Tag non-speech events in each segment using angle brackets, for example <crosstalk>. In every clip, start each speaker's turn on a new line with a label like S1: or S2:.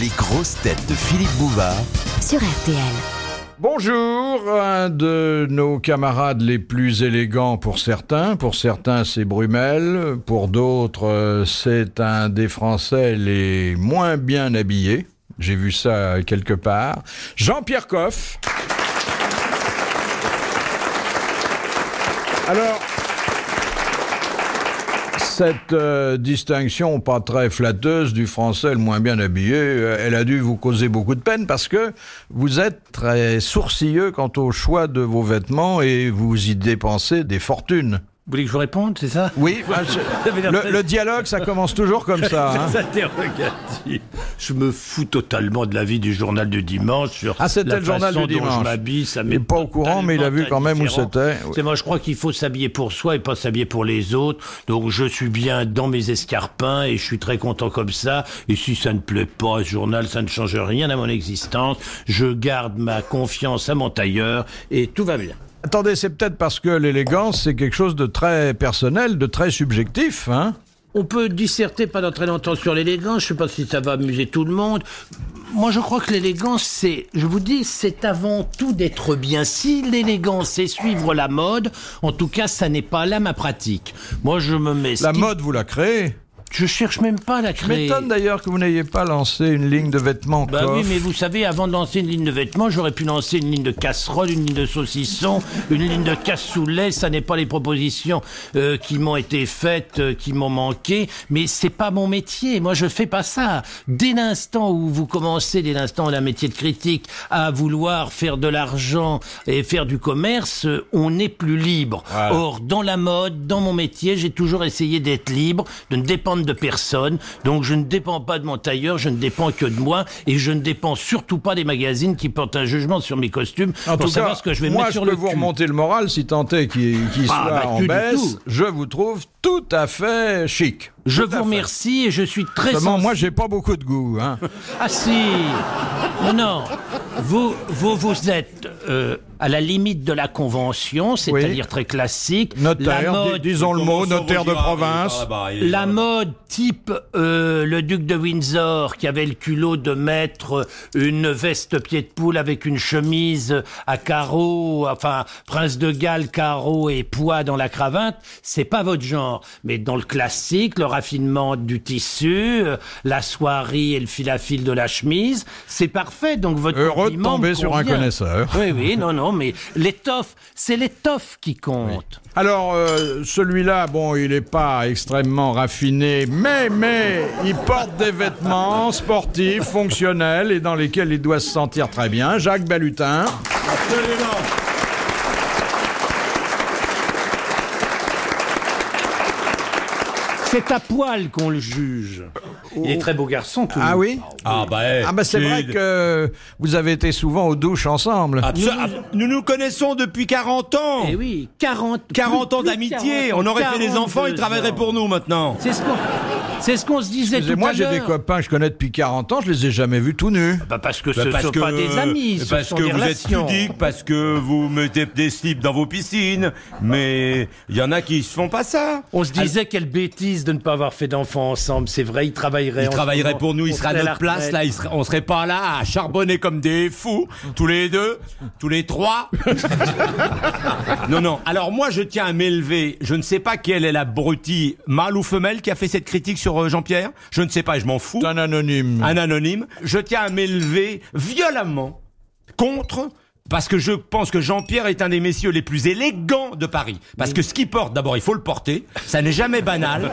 S1: Les grosses têtes de Philippe Bouvard
S2: sur RTL.
S3: Bonjour, un de nos camarades les plus élégants pour certains. Pour certains, c'est Brumel. Pour d'autres, euh, c'est un des Français les moins bien habillés. J'ai vu ça quelque part. Jean-Pierre Coff. Alors, cette euh, distinction pas très flatteuse du français le moins bien habillé, euh, elle a dû vous causer beaucoup de peine parce que vous êtes très sourcilleux quant au choix de vos vêtements et vous y dépensez des fortunes.
S4: Vous voulez que je vous réponde, c'est ça
S3: Oui, ah, je-
S4: avez l'air
S3: le,
S4: très-
S3: le dialogue, ça commence toujours comme
S4: <laughs>
S3: ça. hein.
S4: Interrogatif. Je me fous totalement de l'avis du journal du dimanche sur
S3: Ah, c'était
S4: la
S3: le journal
S4: façon
S3: du
S4: dont
S3: dimanche.
S4: je m'habille. Ça
S3: Il
S4: m'est
S3: est pas au courant, mais il a vu quand même où
S4: indifférent.
S3: c'était. Oui.
S4: C'est moi, je crois qu'il faut s'habiller pour soi et pas s'habiller pour les autres. Donc je suis bien dans mes escarpins et je suis très content comme ça. Et si ça ne plaît pas, à ce journal, ça ne change rien à mon existence. Je garde ma confiance à mon tailleur et tout va bien.
S3: Attendez, c'est peut-être parce que l'élégance, c'est quelque chose de très personnel, de très subjectif. Hein
S4: On peut disserter pendant très longtemps sur l'élégance. Je sais pas si ça va amuser tout le monde. Moi, je crois que l'élégance, c'est, je vous dis, c'est avant tout d'être bien. Si l'élégance, c'est suivre la mode, en tout cas, ça n'est pas là ma pratique. Moi, je me mets. ce
S3: La
S4: qui-
S3: mode, vous la créez.
S4: Je cherche même pas à la
S3: Je
S4: créer.
S3: m'étonne d'ailleurs que vous n'ayez pas lancé une ligne de vêtements.
S4: Bah
S3: coffre.
S4: oui, mais vous savez, avant de lancer une ligne de vêtements, j'aurais pu lancer une ligne de casserole, une ligne de saucisson, une ligne de cassoulet. Ça n'est pas les propositions euh, qui m'ont été faites, euh, qui m'ont manqué. Mais c'est pas mon métier. Moi, je fais pas ça. Dès l'instant où vous commencez, dès l'instant d'un métier de critique, à vouloir faire de l'argent et faire du commerce, euh, on n'est plus libre.
S3: Voilà.
S4: Or, dans la mode, dans mon métier, j'ai toujours essayé d'être libre, de ne dépendre de personne. Donc je ne dépends pas de mon tailleur, je ne dépends que de moi et je ne dépends surtout pas des magazines qui portent un jugement sur mes costumes
S3: En
S4: pour
S3: tout
S4: savoir
S3: cas,
S4: ce que je vais
S3: moi,
S4: mettre sur
S3: je peux
S4: le
S3: vous
S4: cul.
S3: remonter le moral si tant est qu'il qu'il
S4: Ah,
S3: soit
S4: bah,
S3: en
S4: plus du
S3: baisse.
S4: tout.
S3: Je vous trouve tout à fait chic.
S4: Je
S3: Tout à
S4: vous
S3: fait.
S4: remercie et je suis très
S3: Seulement,
S4: sensible.
S3: moi, j'ai pas beaucoup de goût. Hein.
S4: Ah si Non, non Vous, vous, vous êtes euh, à la limite de la convention, c'est-à-dire très classique.
S3: Notaire,
S4: la
S3: di-
S4: mode,
S3: disons le mot, notaire de province.
S4: La mode type euh, le duc de Windsor qui avait le culot de mettre une veste pied de poule avec une chemise à carreaux, enfin prince de Galles, carreaux et poids dans la cravate, c'est pas votre genre. Mais dans le classique, le raffinement du tissu, euh, la soierie et le fil à fil de la chemise, c'est parfait. Donc votre
S3: Heureux de
S4: compliment me
S3: tomber sur un
S4: convient.
S3: connaisseur.
S4: Oui, oui, non, non, mais l'étoffe, c'est l'étoffe qui compte.
S3: Alors, euh, celui-là, bon, il n'est pas extrêmement raffiné, mais, mais, il porte des vêtements sportifs, fonctionnels, et dans lesquels il doit se sentir très bien. Jacques Balutin.
S4: C'est à poil qu'on le juge. Il est très beau garçon, tout
S3: Ah oui
S5: Ah bah, eh,
S4: ben,
S3: Ah bah c'est vrai
S5: Jude.
S3: que vous avez été souvent aux douches
S4: Ah,
S3: ensemble.
S5: Abso- ab- nous nous connaissons depuis 40 ans.
S4: Eh oui, 40, plus-
S5: 40 ans
S4: plus de
S5: d'amitié.
S4: 40,
S5: On aurait fait des
S4: 42
S5: enfants, ils travailleraient
S4: ans.
S5: pour nous maintenant.
S4: C'est ce qu'on, c'est ce qu'on se disait tout à
S3: Excusez-moi,
S4: l'heure.
S3: moi j'ai des copains que je connais depuis 40 ans, je les ai jamais vus tout nus.
S4: Bah parce que
S5: Bah,
S4: ce ne
S5: parce
S4: sont
S5: que-
S4: pas des amis,
S5: euh,
S4: ce
S5: parce
S4: sont
S5: que
S4: des
S5: vous
S4: relations.
S5: êtes pudique, parce que vous mettez des slips dans vos piscines, mais il y en a qui se font pas ça.
S4: On se disait quelle bêtise de ne pas avoir fait d'enfants ensemble. C'est vrai, ils travailleraient.
S5: Ils
S4: en ce
S5: travailleraient
S4: moment.
S5: pour nous,
S4: On
S5: ils seraient à
S4: serait la
S5: notre place
S4: retraite.
S5: là, ils seraient- on serait pas là à charbonner comme des fous, tous les deux, tous les trois.
S4: <laughs>
S5: non, non. Alors moi, je tiens à m'élever. Je ne sais pas quelle est l'abruti, mâle ou femelle, qui a fait cette critique sur euh, Jean-Pierre. Je ne sais pas, et je m'en fous.
S3: C'est un anonyme.
S5: un anonyme. Je tiens à m'élever violemment contre parce que je pense que Jean-Pierre est un des messieurs les plus élégants de Paris. Parce que ce qu'il porte, d'abord, il faut le porter. Ça n'est jamais
S3: <laughs>
S5: banal.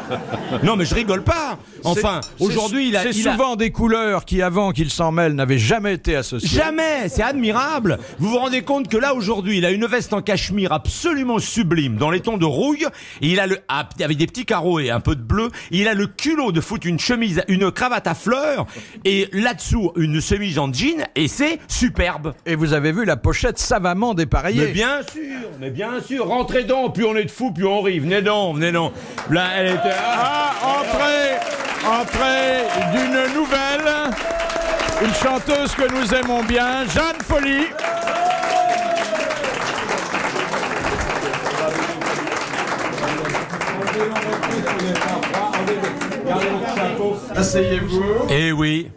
S5: Non, mais je rigole pas. Ah, Enfin,
S3: C'est-
S5: aujourd'hui, il a,
S3: C'est
S5: il a-
S3: souvent des couleurs qui, avant qu'il s'en mêle, n'avaient jamais été associées.
S5: Jamais, c'est admirable. Vous vous rendez compte que là aujourd'hui, il a une veste en cachemire absolument sublime, dans les tons de rouille. Et il a le ah, avec des petits carreaux et un peu de bleu. Il a le culot de foutre une chemise, une cravate à fleurs et là-dessous une chemise en jean. Et c'est superbe.
S3: Et vous avez vu la pochette savamment dépareillée.
S5: Mais bien sûr, mais bien sûr, rentrez donc, plus on est de fous, plus on rit. Venez donc, venez donc. Là, elle était. Ah,
S3: Ah, entrée, entrée d'une nouvelle, une chanteuse que nous aimons bien, Jeanne Folie. Asseyez-vous.
S5: Eh oui.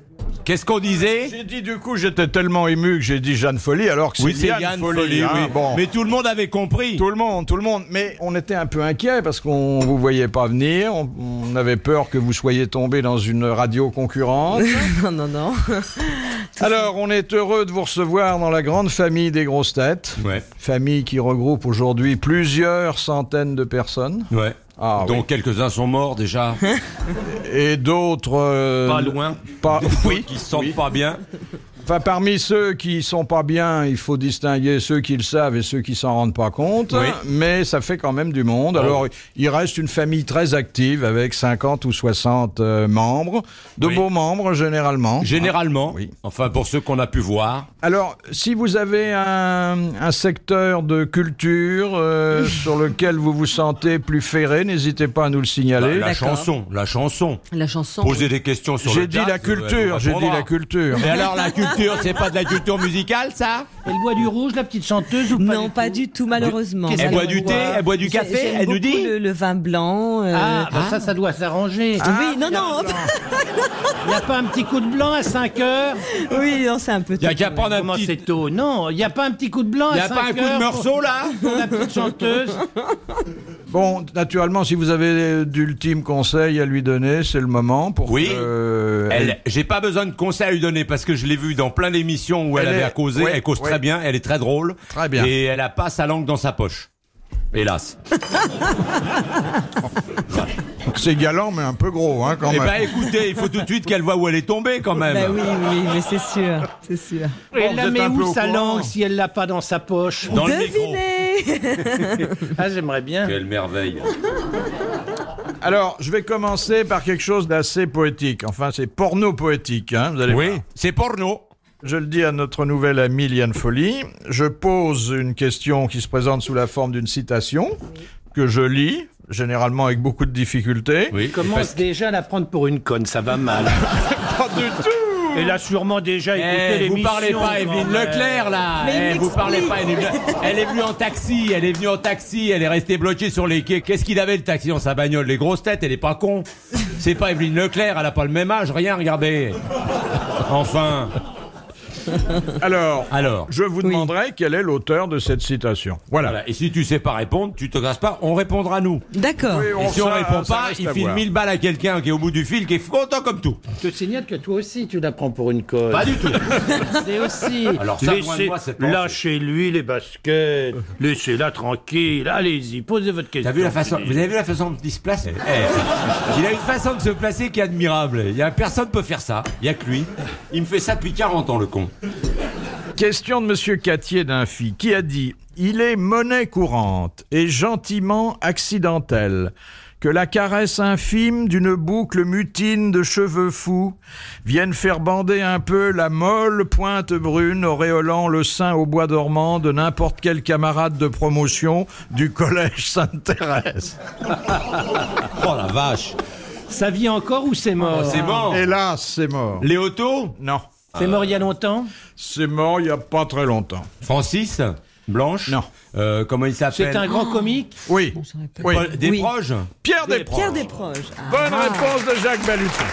S5: Qu'est-ce qu'on disait
S3: J'ai dit du coup, j'étais tellement ému que j'ai dit Jeanne Folie, alors que
S5: Oui,
S3: c'est Yann, Folie. hein,
S5: oui.
S3: bon.
S5: Mais tout le monde avait compris.
S3: Tout le monde, tout le monde. Mais on était un peu inquiet parce qu'on vous voyait pas venir. On, on avait peur que vous soyez tombé dans une radio concurrente.
S2: <laughs> Non, non, non.
S3: <laughs> Alors, on est heureux de vous recevoir dans la grande famille des grosses têtes.
S5: Ouais,
S3: Famille qui regroupe aujourd'hui plusieurs centaines de personnes.
S5: ouais.
S3: Ah, Euh,
S5: Donc quelques-uns sont morts
S3: <laughs>
S5: déjà,
S3: Et d'autres. euh,
S5: pas loin,
S3: Pas, oui.
S5: qui se sentent pas bien.
S3: Enfin, parmi ceux qui sont pas bien, il faut distinguer ceux qui le savent et ceux qui s'en rendent pas compte. hein.
S5: Oui. Ah
S3: Mais ça fait quand même du monde. Alors, il reste une famille très active avec 50 ou 60 euh, membres, de
S5: Oui.
S3: beaux membres généralement.
S5: Généralement,
S3: Ah, Oui.
S5: enfin pour ceux qu'on a pu voir.
S3: Alors, si vous avez un, un secteur de culture
S5: <laughs>
S3: euh, sur lequel vous vous sentez plus ferré, n'hésitez pas à nous le
S5: Bah,
S3: signaler.
S5: la
S2: D'accord.
S5: chanson, la chanson.
S2: La chanson.
S5: Poser des questions sur le
S3: j'ai dit
S5: jazz,
S3: la
S5: euh, on
S3: culture, j'ai dit
S5: répondra.
S3: la culture.
S5: Et alors la culture, c'est pas de la culture musicale ça
S6: Elle boit du rouge, la petite chanteuse ou pas
S2: Non, pas du tout, malheureusement.
S6: Qu'est-ce
S5: Elle
S6: Alors,
S5: boit du
S6: on
S5: thé,
S6: voit-
S5: elle boit du
S2: J'ai-
S5: café,
S2: j'aime
S5: elle
S2: beaucoup
S5: nous dit
S2: le, le vin blanc. euh, Ah.
S6: Ah, bah ça, ça doit s'arranger.
S4: Ah.
S2: oui, non, non.
S6: Il n'y a pas un petit coup de blanc à 5 heures
S2: <laughs> oui, non, c'est un peu.
S5: Il y a
S2: tôt,
S5: qu'à
S2: quand
S5: prendre un
S6: Comment
S5: petit...
S6: c'est tôt Non, il n'y a pas un petit coup de blanc
S5: Il n'y
S6: à
S5: a
S6: 5
S5: pas un
S6: heures
S5: coup de morceau Oh, là
S6: pour la
S5: <laughs>
S6: petite chanteuse
S3: Bon, naturellement, si vous avez d'ultimes conseils à lui donner, c'est le moment pour
S5: Oui.
S3: que, euh,
S5: Elle, j'ai pas besoin de conseils à lui donner parce que je l'ai vue dans plein d'émissions où elle,
S3: Elle
S5: avait
S3: est-
S5: à causer.
S3: ouais,
S5: elle cause très
S3: ouais.
S5: bien, elle est très drôle.
S3: Très bien.
S5: Et elle a pas sa langue dans sa poche. Hélas.
S3: C'est galant, mais un peu gros, hein, quand
S5: Eh
S3: même.
S5: ben écoutez, il faut tout de suite qu'elle voit où elle est tombée quand même.
S2: Bah oui, oui, mais c'est sûr, c'est sûr.
S6: Elle
S3: vous
S6: la
S3: êtes
S6: met
S3: un peu
S6: où
S3: au
S6: sa
S3: courant.
S6: langue si elle l'a pas dans sa poche
S5: Dans le micro.
S2: Devinez. <laughs>
S6: Ah, j'aimerais bien.
S5: Quelle merveille.
S3: Alors, je vais commencer par quelque chose d'assez poétique. Enfin, c'est porno-poétique, hein, vous allez
S5: Oui,
S3: voir.
S5: c'est porno.
S3: Je le dis à notre nouvelle amie Liane Folly. Je pose une question qui se présente sous la forme d'une citation que je lis, généralement avec beaucoup de difficulté.
S5: Oui,
S6: Commence déjà à la prendre pour une conne, ça va
S5: <laughs>
S6: mal.
S3: Pas du tout
S6: Elle a sûrement déjà écouté
S5: Eh,
S6: l'émission.
S5: vous parlez
S6: quand
S5: pas, Evelyne
S6: même.
S5: Leclerc, là
S2: Mais il
S5: Eh, Vous parlez pas, elle est,
S2: m'explique.
S5: venue, elle est venue en taxi, elle est venue en taxi, elle est restée bloquée sur les quais. Qu'est-ce qu'il avait, le taxi, dans sa bagnole Les grosses têtes, elle est pas con. C'est pas Evelyne Leclerc, elle a pas le même âge, rien, regardez. Enfin,
S3: Alors,
S5: alors...
S3: je vous demanderai quel est l'auteur de cette citation.
S5: Voilà, et si tu sais pas répondre, tu te casses pas, on répondra nous.
S2: D'accord.
S3: Et
S5: Et si on répond pas, il file 1000 balles à quelqu'un qui est au bout du fil, qui est content comme tout.
S6: Je te signale que toi aussi, tu la prends pour une conne.
S5: Pas du tout.
S6: <laughs> C'est aussi.
S5: Alors ça, loin de moi,
S6: Laissez-
S5: cette pensée.
S6: Lâchez-lui les baskets. Laissez-la tranquille. Allez-y, posez votre question.
S5: T'as vu la façon, vous avez vu la façon dont il se place Eh, Il a une façon de se placer qui est admirable. Il y a personne peut faire ça. Il y a que lui. Il me fait ça depuis 40 ans le con.
S3: Question de Monsieur Catier d'Infi, qui a dit Il est monnaie courante et gentiment accidentelle que la caresse infime d'une boucle mutine de cheveux fous vienne faire bander un peu la molle pointe brune auréolant le sein au bois dormant de n'importe quel camarade de promotion du collège Sainte-Thérèse.
S5: Oh la vache.
S6: Ça vit encore ou c'est mort
S5: Ah, C'est bon.
S3: Hélas, c'est mort.
S5: Les autos
S3: Non,
S6: C'est mort il y a longtemps
S3: c'est mort il n'y a pas très longtemps.
S5: Francis Blanche
S3: Non.
S5: Euh, comment il s'appelle
S6: C'est un grand comique
S3: Oui, oui.
S5: Paul- Des
S2: Oui.
S5: proches
S3: Pierre Desproges.
S2: Pierre Desproges. Ah.
S3: Bonne réponse de Jacques Balutin.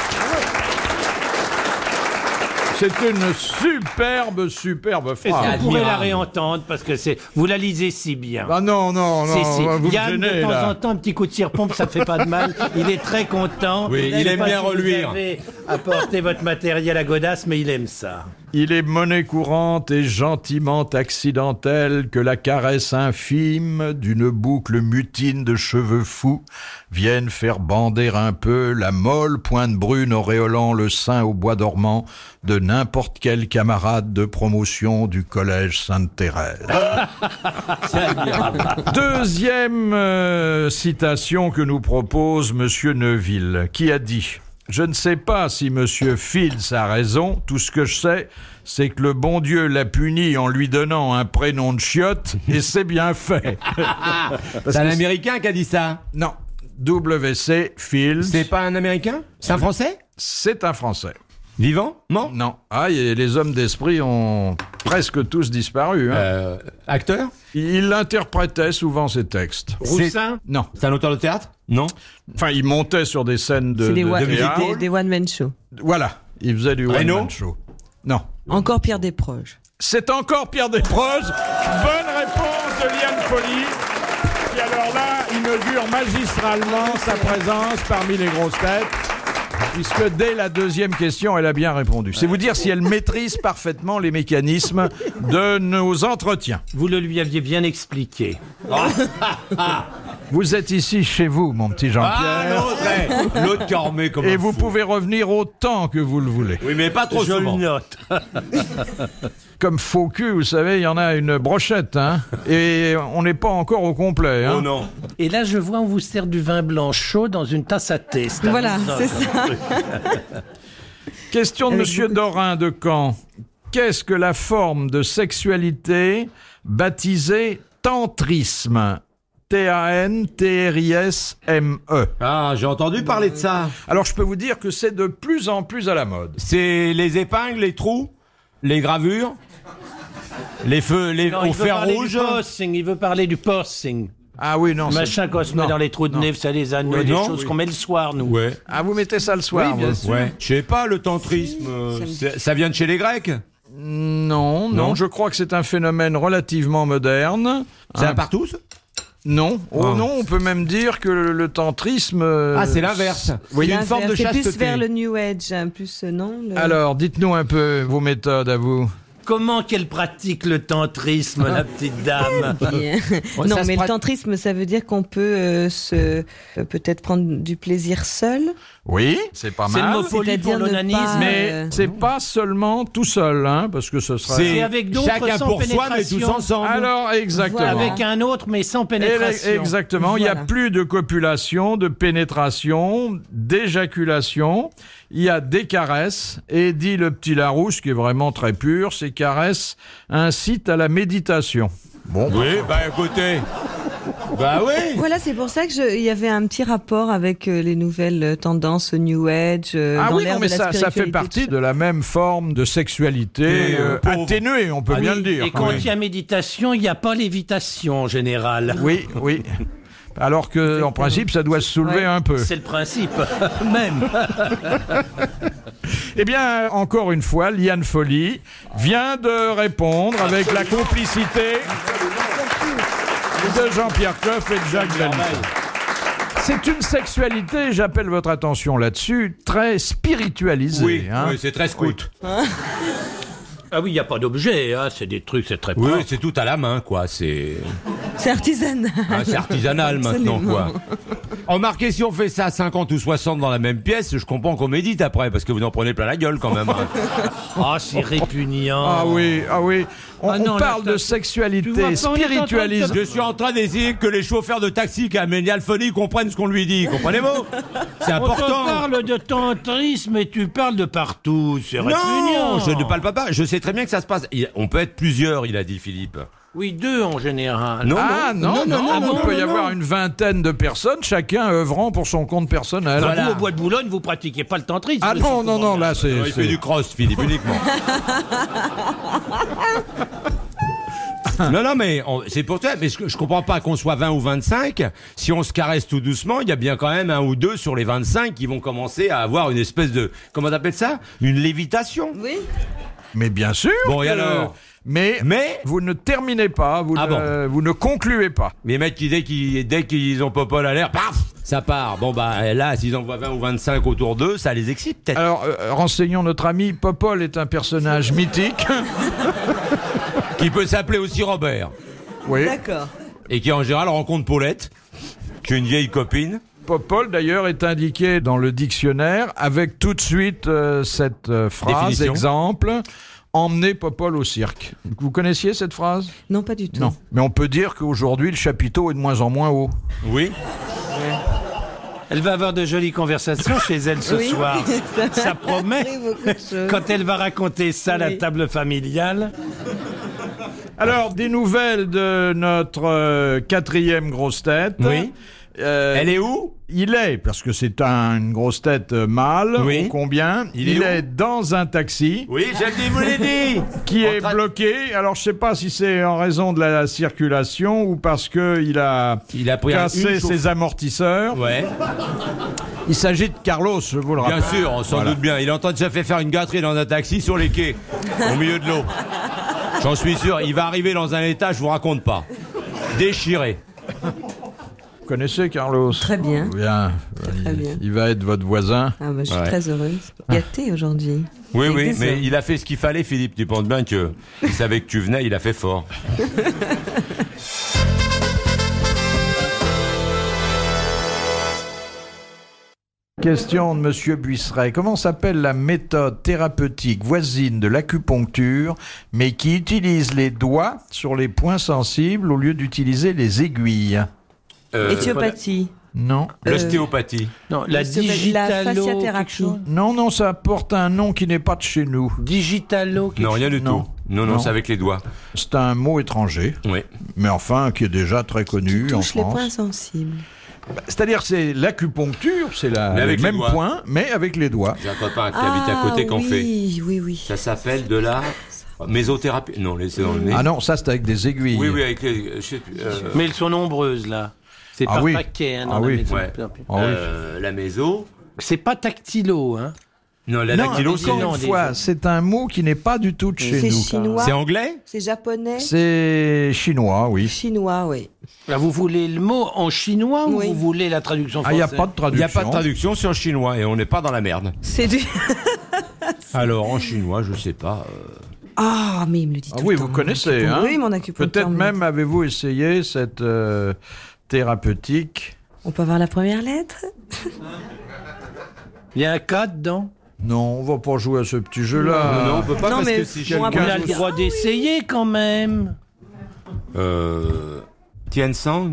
S3: C'est une superbe, superbe
S6: Est-ce
S3: phrase.
S6: qu'on pourrait la
S5: Ah, admirable. Bah,
S6: réentendre Parce que c'est, vous la lisez si bien.
S3: Ah non, non, non,
S6: Si, si.
S3: vous me
S6: Yann, de
S3: gênez
S6: temps en
S3: là.
S6: temps, un petit coup de cire-pompe, ça fait pas de mal. Il est très content.
S5: Oui,
S6: Je
S5: il
S6: sais
S5: aime
S6: pas
S5: bien
S6: si vous
S5: reluire.
S6: avez apporté votre matériel à Godas, mais il aime ça.
S3: Il est monnaie courante et gentiment accidentelle que la caresse infime d'une boucle mutine de cheveux fous vienne faire bander un peu la molle pointe brune auréolant le sein au bois dormant de n'importe quel camarade de promotion du collège Sainte-Thérèse.
S5: C'est admirable.
S3: Deuxième euh, citation que nous propose Monsieur Neuville, qui a dit Je ne sais pas si Monsieur Fields a raison. Tout ce que je sais, c'est que le bon Dieu l'a puni en lui donnant un prénom de chiotte, et c'est bien fait.
S5: C'est un américain qui a dit ça.
S3: Non. WC
S5: C'est
S3: Fields,
S5: pas un américain C'est un français
S3: c'est un Français.
S5: Vivant Mort
S3: Non. Ah, et les hommes d'esprit ont presque tous disparu. hein.
S5: Euh, Acteur
S3: Il interprétait souvent ses textes.
S6: Roussin
S3: Non.
S5: C'est un auteur de théâtre Non
S3: Enfin, il montait sur des scènes de,
S2: C'est des,
S3: de
S2: wa-
S3: théâtre.
S2: des- des one-man show.
S3: Voilà. Il faisait du one
S5: Reno
S3: man show. Non.
S2: Encore Pierre Desproges.
S3: C'est encore Pierre Desproges. Bonne réponse de Liane Folly. Qui alors là inaugure magistralement sa présence parmi les grosses têtes. Puisque dès la deuxième question, elle a bien répondu. C'est vous dire si elle maîtrise parfaitement les mécanismes de nos entretiens.
S6: Vous le lui aviez bien expliqué.
S3: Vous êtes ici chez vous, mon petit Jean-Pierre.
S5: Ah, l'autre, eh, l'autre qui en remet comme
S3: et
S5: un
S3: vous
S5: fou.
S3: pouvez revenir autant que vous le voulez.
S5: Oui, mais pas trop
S6: Je le
S5: Oh, souvent.
S6: note.
S3: Comme faux cul, vous savez, il y en a une brochette, hein. Et on n'est pas encore au complet, hein.
S5: Oh non.
S6: Et là, je vois, on vous sert du vin blanc chaud dans une tasse à thé. C'est
S2: Voilà,
S6: amusant.
S2: c'est ça.
S3: Question de
S2: Avec
S3: Monsieur Dorin de Caen. Qu'est-ce que la forme de sexualité baptisée tantrisme T-A-N-T-R-I-S-M-E.
S5: Ah, j'ai entendu parler de
S3: E.
S5: ça.
S3: Alors je peux vous dire que c'est de plus en plus à la mode.
S5: C'est les épingles, les trous, les gravures, les feux, les
S6: Non,
S5: au
S6: il veut
S5: fer
S6: parler
S5: rouge.
S6: du posting, il veut parler du posting.
S3: Ah oui, non. c'est-
S6: Machin qu'on se met
S3: non,
S6: dans les trous de
S3: non.
S6: nez, ça les anneaux,
S5: Oui,
S6: des
S5: non,
S6: choses
S5: oui.
S6: qu'on met le soir, nous.
S5: Ouais.
S3: Ah, vous mettez ça le soir
S6: Oui, bien
S3: vous
S6: sûr.
S5: Ouais. Je sais pas, le tantrisme, euh, c'est- ça vient de chez les Grecs
S3: Non, non,
S5: Non.
S3: je crois que c'est un phénomène relativement moderne.
S5: C'est
S3: Hein,
S5: un partout ça
S3: Non, oh,
S5: Ah.
S3: non, on peut même dire que le, le tantrisme. euh,
S5: Ah, c'est l'inverse.
S3: Oui.
S5: Il y a une forme de
S2: C'est plus
S5: chasteté.
S2: vers le New Age, hein, plus euh, non le- <laughs>
S3: Alors, dites-nous un peu vos méthodes à vous.
S6: Comment qu'elle pratique le tantrisme, la petite dame
S2: Bien.
S5: Ouais, euh, ça
S2: non,
S5: se
S2: mais le
S5: prat-
S2: tantrisme, ça veut dire qu'on peut euh, se euh, peut-être prendre du plaisir seul.
S3: Oui, c'est pas
S6: C'est le mot
S3: mal.
S6: folie pour
S2: C'est-à-dire ne
S6: l'onanisme.
S2: pas-
S3: Mais
S2: Euh,
S3: c'est pas seulement tout seul, hein, parce que ce sera.
S6: C'est avec d'autres
S5: chacun
S6: sans
S5: pour soi, mais tous
S6: pénétration.
S5: ensemble.
S3: Alors, exactement.
S2: Voilà.
S6: Avec un autre, mais sans
S3: Et là,
S6: pénétration.
S3: Exactement, il n'y a
S2: Voilà.
S3: plus de copulation, de pénétration, d'éjaculation, il y a des caresses, et dit le petit Larousse, qui est vraiment très pur, ces caresses incitent à la méditation. Bon,
S5: Oui, bah écoutez. bah oui.
S2: Voilà, c'est pour ça que je- il y avait un petit rapport avec euh, les nouvelles euh, tendances New Age. euh,
S3: Ah
S2: dans
S3: oui,
S2: l'ère
S3: non, mais
S2: de la
S3: ça, ça fait
S2: spiritualité,
S3: partie
S2: tout
S3: de la même forme de sexualité
S5: Et, euh,
S3: euh,
S5: pauvre. Ah,
S3: atténuée, on peut bien le dire.
S6: Et
S3: quand
S6: quand
S3: même.
S6: il y a méditation, il n'y a pas lévitation en général.
S3: Oui, oui. Alors que, en principe, ça doit se soulever
S2: Ouais.
S3: un peu.
S6: C'est le principe même.
S3: Eh bien, encore une fois, Liane Folly vient de répondre avec la complicité de Jean-Pierre Coff et de Jacques Daniel. C'est une sexualité, j'appelle votre attention là-dessus, très spiritualisée.
S5: Oui,
S3: hein.
S5: oui, c'est très scout.
S6: Ah oui, il n'y a pas d'objet, hein, c'est des trucs, c'est très
S5: Oui,
S6: propre.
S5: c'est tout à la main, quoi. C'est
S2: ça. C'est artisanal. <laughs>
S5: hein,
S3: <laughs>
S5: c'est artisanal maintenant,
S2: Absolument.
S5: quoi. Remarquez, si on fait ça à 50 ou 60 dans la même pièce, je comprends qu'on médite après, parce que vous en prenez plein la gueule quand
S3: <laughs>
S5: même. hein.
S6: Ah, c'est répugnant.
S3: Ah oui, ah oui. On,
S6: Ah
S3: on
S6: non, là,
S3: parle
S6: je-
S3: de
S6: Tu vois
S3: sexualité
S6: pas, on est en train de
S3: spiritualisée.
S5: Je suis en train d'essayer que les chauffeurs de taxi qui amènent Alphony comprennent ce qu'on lui dit. Comprenez-vous C'est
S6: On te
S5: important.
S6: parle de tantrisme et tu parles de partout, c'est répugnant.
S5: Non, je ne parle pas pas. Je sais très bien que ça se passe. Il- on peut être plusieurs, il a dit Philippe.
S6: Oui, deux en général.
S5: Oh,
S3: Ah non, non, non, il peut y avoir une vingtaine de personnes, chacun œuvrant pour son compte personnel.
S6: Vous, au bois de Boulogne, vous pratiquez pas le tantrisme.
S3: Ah non, non, non, là c'est...
S5: Il
S3: c'est-
S5: fait du cross,
S3: <laughs>
S5: Philippe, uniquement. Non, non, mais on- c'est pour toi. Mais je, je comprends pas qu'on soit 20 ou 25. Si on se caresse tout doucement, il y a bien quand même un ou deux sur les 25 qui vont commencer à avoir une espèce de. Comment t'appelles ça Une lévitation.
S2: Oui.
S3: Mais bien sûr
S5: Bon, et
S3: que-
S5: alors
S3: mais,
S5: Mais-
S3: vous ne terminez pas, vous,
S5: Ah
S3: ne, vous ne concluez pas.
S5: Les mecs qui, dès qu'ils, dès qu'ils ont Popol à l'air, paf Ça part. Bon, bah là, s'ils envoient 20 ou 25 autour d'eux, ça les excite peut-être.
S3: Alors, euh, renseignons notre ami, Popol est un personnage mythique.
S5: Qui peut s'appeler aussi Robert.
S3: Oui.
S2: D'accord.
S5: Et qui, en général, rencontre Paulette, qui est une vieille copine.
S3: Popol, d'ailleurs, est indiqué dans le dictionnaire avec tout de suite euh, cette euh, phrase,
S5: Définition.
S3: exemple. Emmener Popol au cirque. Vous connaissiez cette phrase
S2: Non, pas du tout.
S3: Non. Mais on peut dire qu'aujourd'hui, le chapiteau est de moins en moins haut.
S5: Oui.
S6: Elle va avoir de jolies conversations chez elle ce
S2: Oui.
S6: soir.
S2: <laughs> Ça va
S6: Ça promet.
S2: arriver beaucoup de choses.
S6: Quand elle va raconter ça à la
S2: Oui.
S6: table familiale.
S3: Alors, des nouvelles de notre euh, quatrième grosse tête.
S5: Oui.
S3: euh,
S5: Elle est où
S3: il est, parce que c'est un- une grosse tête euh, mâle,
S5: Oui.
S3: ou combien,
S5: Il
S3: il,
S5: est où
S3: est, dans un taxi
S5: Oui, je l'ai- vous l'ai dit.
S3: qui
S5: En
S3: est
S5: train-
S3: bloqué. Alors je sais pas si c'est en raison de la circulation ou parce que il a,
S5: Il a pris un- une
S3: cassé
S5: chauffe-
S3: ses amortisseurs.
S5: Ouais,
S3: Il s'agit de Carlos, je vous le
S5: bien
S3: rappelle.
S5: sûr, on s'en doute bien. Il entend déjà fait faire une gâterie dans un taxi sur les quais, au milieu de l'eau. J'en suis sûr, il va arriver dans un état, je vous raconte pas. Déchiré.
S3: Vous connaissez Carlos
S2: Très bien.
S3: Bien.
S2: Très
S3: il,
S2: bien.
S3: il va être votre voisin.
S2: Ah, bah, je suis
S5: Ouais.
S2: très heureuse. Gâtée aujourd'hui.
S5: Oui,
S2: Avec
S5: oui,
S2: des
S5: mais
S2: hommes.
S5: il a fait ce qu'il fallait, Philippe. Tu penses bien que il savait que tu venais, il a fait fort.
S3: Question de Monsieur Buisseret. Comment s'appelle la méthode thérapeutique voisine de l'acupuncture, mais qui utilise les doigts sur les points sensibles au lieu d'utiliser les aiguilles
S5: Euh,
S2: Éthiopathie.
S3: Non.
S5: L'ostéopathie.
S4: Non, la
S2: c'est- la
S4: digitalo...
S2: fasciathérapie.
S4: quelque chose.
S3: Non, non, ça porte un nom qui n'est pas de chez nous.
S4: Digitalo... quelque
S5: Non, rien du
S3: non.
S5: tout. Euh, Non, non,
S3: Non.
S5: c'est avec les doigts.
S3: C'est un mot étranger,
S5: Oui.
S3: mais enfin qui est déjà très connu en
S2: Touche les points
S3: France.
S2: sensibles.
S3: Bah, C'est-à-dire c'est l'acupuncture, c'est la
S5: Mais avec
S3: le
S5: les
S3: même
S5: doigts.
S3: point, mais avec les doigts.
S5: J'ai un copain qui habite à côté qu'en
S2: Ah, oui,
S5: fait.
S2: Oui, oui.
S5: Ça s'appelle de la mésothérapie. Non, laissez dans le nez.
S3: Ah non, ça c'est avec des aiguilles.
S5: Oui, oui, avec les. je sais plus, euh,
S4: Mais elles sont nombreuses, là. C'est
S3: Ah
S4: par
S3: oui.
S4: paquet, hein, dans
S3: Ah
S4: la
S3: oui.
S4: maison.
S5: Ouais.
S3: Ah oui.
S5: euh, la méso.
S4: C'est pas tactilo, hein.
S5: Non, la
S3: Non,
S5: dactylo, c'est.
S3: encore
S4: non,
S3: une
S4: des-
S3: fois, c'est un mot qui n'est pas du tout de chez
S2: C'est
S3: nous.
S2: chinois.
S5: C'est anglais
S2: C'est japonais.
S3: C'est chinois, oui.
S2: Chinois, oui.
S4: Là, vous voulez le mot en chinois ou
S2: Oui.
S4: vous voulez la traduction
S3: Ah, il
S4: française
S3: n'y a pas de
S5: Il n'y
S3: traduction.
S5: a pas de traduction sur le chinois et on n'est pas dans la merde.
S2: C'est du.
S5: <laughs>
S2: <laughs>
S5: Alors, en chinois, je sais pas. euh,
S2: Ah, mais il me le dit
S3: Ah
S2: tout
S3: oui,
S2: le
S3: vous
S2: temps, mon
S3: connaissez, hein
S2: acupuncteur. Oui, mon acupuncteur.
S3: Peut-être
S2: me le
S3: même avez-vous essayé cette euh, thérapeutique
S2: dit. On peut avoir la première lettre
S4: Il y a un cas dedans
S3: Non, on va pas jouer à ce petit jeu-là.
S5: Non, on peut pas
S2: Ah. Non,
S5: parce
S2: mais
S5: que si
S2: bon,
S4: On
S5: quelqu'un.
S2: après-
S4: a le droit d'essayer quand même.
S5: Euh, Tian Sang,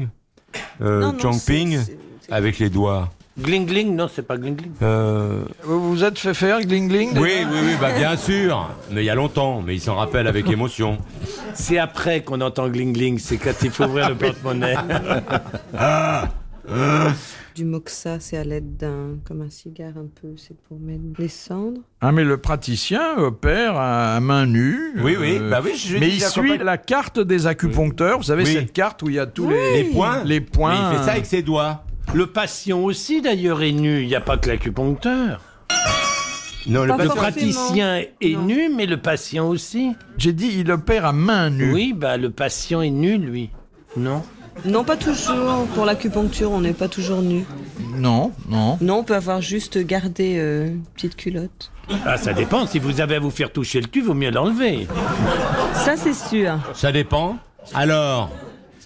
S5: euh,
S2: Non, non,
S5: Chang
S2: c'est-
S5: Ping,
S2: c'est- c'est-
S5: avec les doigts.
S4: Gling gling, non, c'est pas gling gling.
S5: Euh,
S3: Vous vous êtes fait faire, Gling Gling
S5: oui, oui, oui, bah bien sûr. Mais il y a longtemps, mais il s'en
S2: <laughs>
S5: rappelle avec émotion.
S4: C'est après qu'on entend gling gling, c'est quand il faut
S3: Ah
S4: ouvrir
S3: <laughs>
S4: le porte-monnaie.
S2: Du moxa, c'est à l'aide d'un. comme un cigare un peu, c'est pour mettre des cendres.
S3: Ah, mais le praticien euh, opère à à main nue.
S5: Oui, oui,
S3: euh,
S5: bah oui, je
S3: mais
S5: dis
S3: il
S5: la
S3: suit
S5: campagne.
S3: la carte des acupuncteurs. Vous savez,
S5: Oui.
S3: cette carte où il y a tous les...
S5: Les points
S3: Les points.
S5: Mais il fait ça
S2: euh,
S5: avec ses doigts.
S4: Le patient aussi, d'ailleurs, est nu. Il n'y a pas que l'acupuncteur.
S5: Non, le
S2: Pas
S5: patient-
S4: Le
S2: Forcément.
S4: praticien est
S2: Non.
S4: nu, mais le patient aussi.
S3: J'ai dit, il opère à main nue.
S4: Oui, bah le patient est nu, lui. Non
S2: Non, pas toujours. Pour l'acupuncture, on n'est pas toujours nu.
S3: Non, non.
S2: Non, on peut avoir juste gardé euh, une petite culotte.
S4: Ah, ça dépend. Si vous avez à vous faire toucher le cul, vaut mieux l'enlever.
S2: Ça, c'est sûr.
S5: Ça dépend. Alors,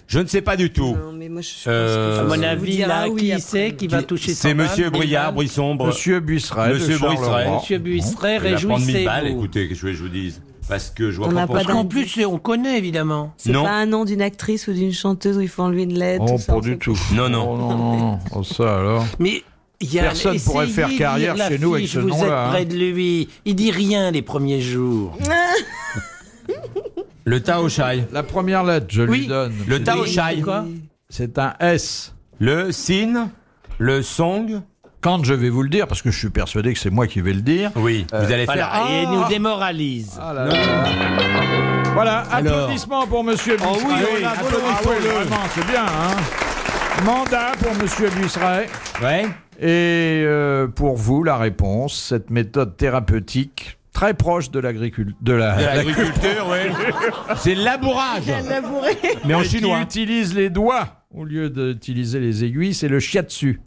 S5: je ne sais pas du tout.
S2: Non, mais moi, je pense
S5: Euh,
S2: que
S4: À
S2: je
S4: mon
S2: vous
S4: avis,
S2: dirai ah
S4: là,
S2: oui
S4: qui
S2: après.
S4: c'est qui va toucher
S5: C'est
S4: son
S5: Monsieur
S4: âme,
S5: Brillard,
S4: Mme
S5: Brisombre.
S3: Monsieur Buisseret. de
S5: Euh, Monsieur
S3: Charleroi.
S5: Buisseret.
S4: Monsieur Buisseret,
S5: Il va prendre 1000 balles,
S4: réjouissez-vous.
S5: écoutez, que je, je vous dise. Parce que je vois
S2: On
S5: pas
S2: n'a
S5: pourquoi.
S2: pas
S4: En plus, on connaît évidemment.
S2: C'est
S5: Non.
S2: pas un nom d'une actrice ou d'une chanteuse où ils font lui une lettre.
S3: Oh,
S2: tout ça,
S3: pas
S2: on fait
S3: du tout.
S5: Non, non.
S3: Oh, non, non, non. Oh, ça alors.
S4: Mais il y a
S3: Personne
S4: essayez
S3: pourrait faire
S4: de lire
S3: carrière
S4: la
S3: chez nous avec
S4: fiche,
S3: ce
S4: vous
S3: nom-là,
S4: êtes
S3: hein.
S4: près de lui. Il dit rien les premiers jours.
S5: Le Tao Shai.
S3: La première lettre, je
S4: Oui.
S3: lui donne.
S5: Le Tao Shai.
S4: quoi
S3: C'est un S.
S5: Le Sin. Le Song.
S3: Quand je vais vous le dire, parce que je suis persuadé que c'est moi qui vais le dire.
S5: Oui. vous allez faire.
S4: Voilà, et il nous démoralise.
S3: Ah là là. Voilà,
S5: Alors. Oh
S3: applaudissements pour Monsieur Buisseret.
S5: oui, oui,
S3: Ah oui, vraiment, c'est bien. Hein. Mandat pour Monsieur Buisseret.
S5: Ah, ouais.
S3: Et euh, pour vous, la réponse, cette méthode thérapeutique très proche de l'agriculture, de la, <laughs>
S5: De l'agriculture, oui. C'est le labourage. Mais en
S3: Mais qui
S5: chinois.
S3: utilise les doigts au lieu d'utiliser les aiguilles, c'est le shiatsu.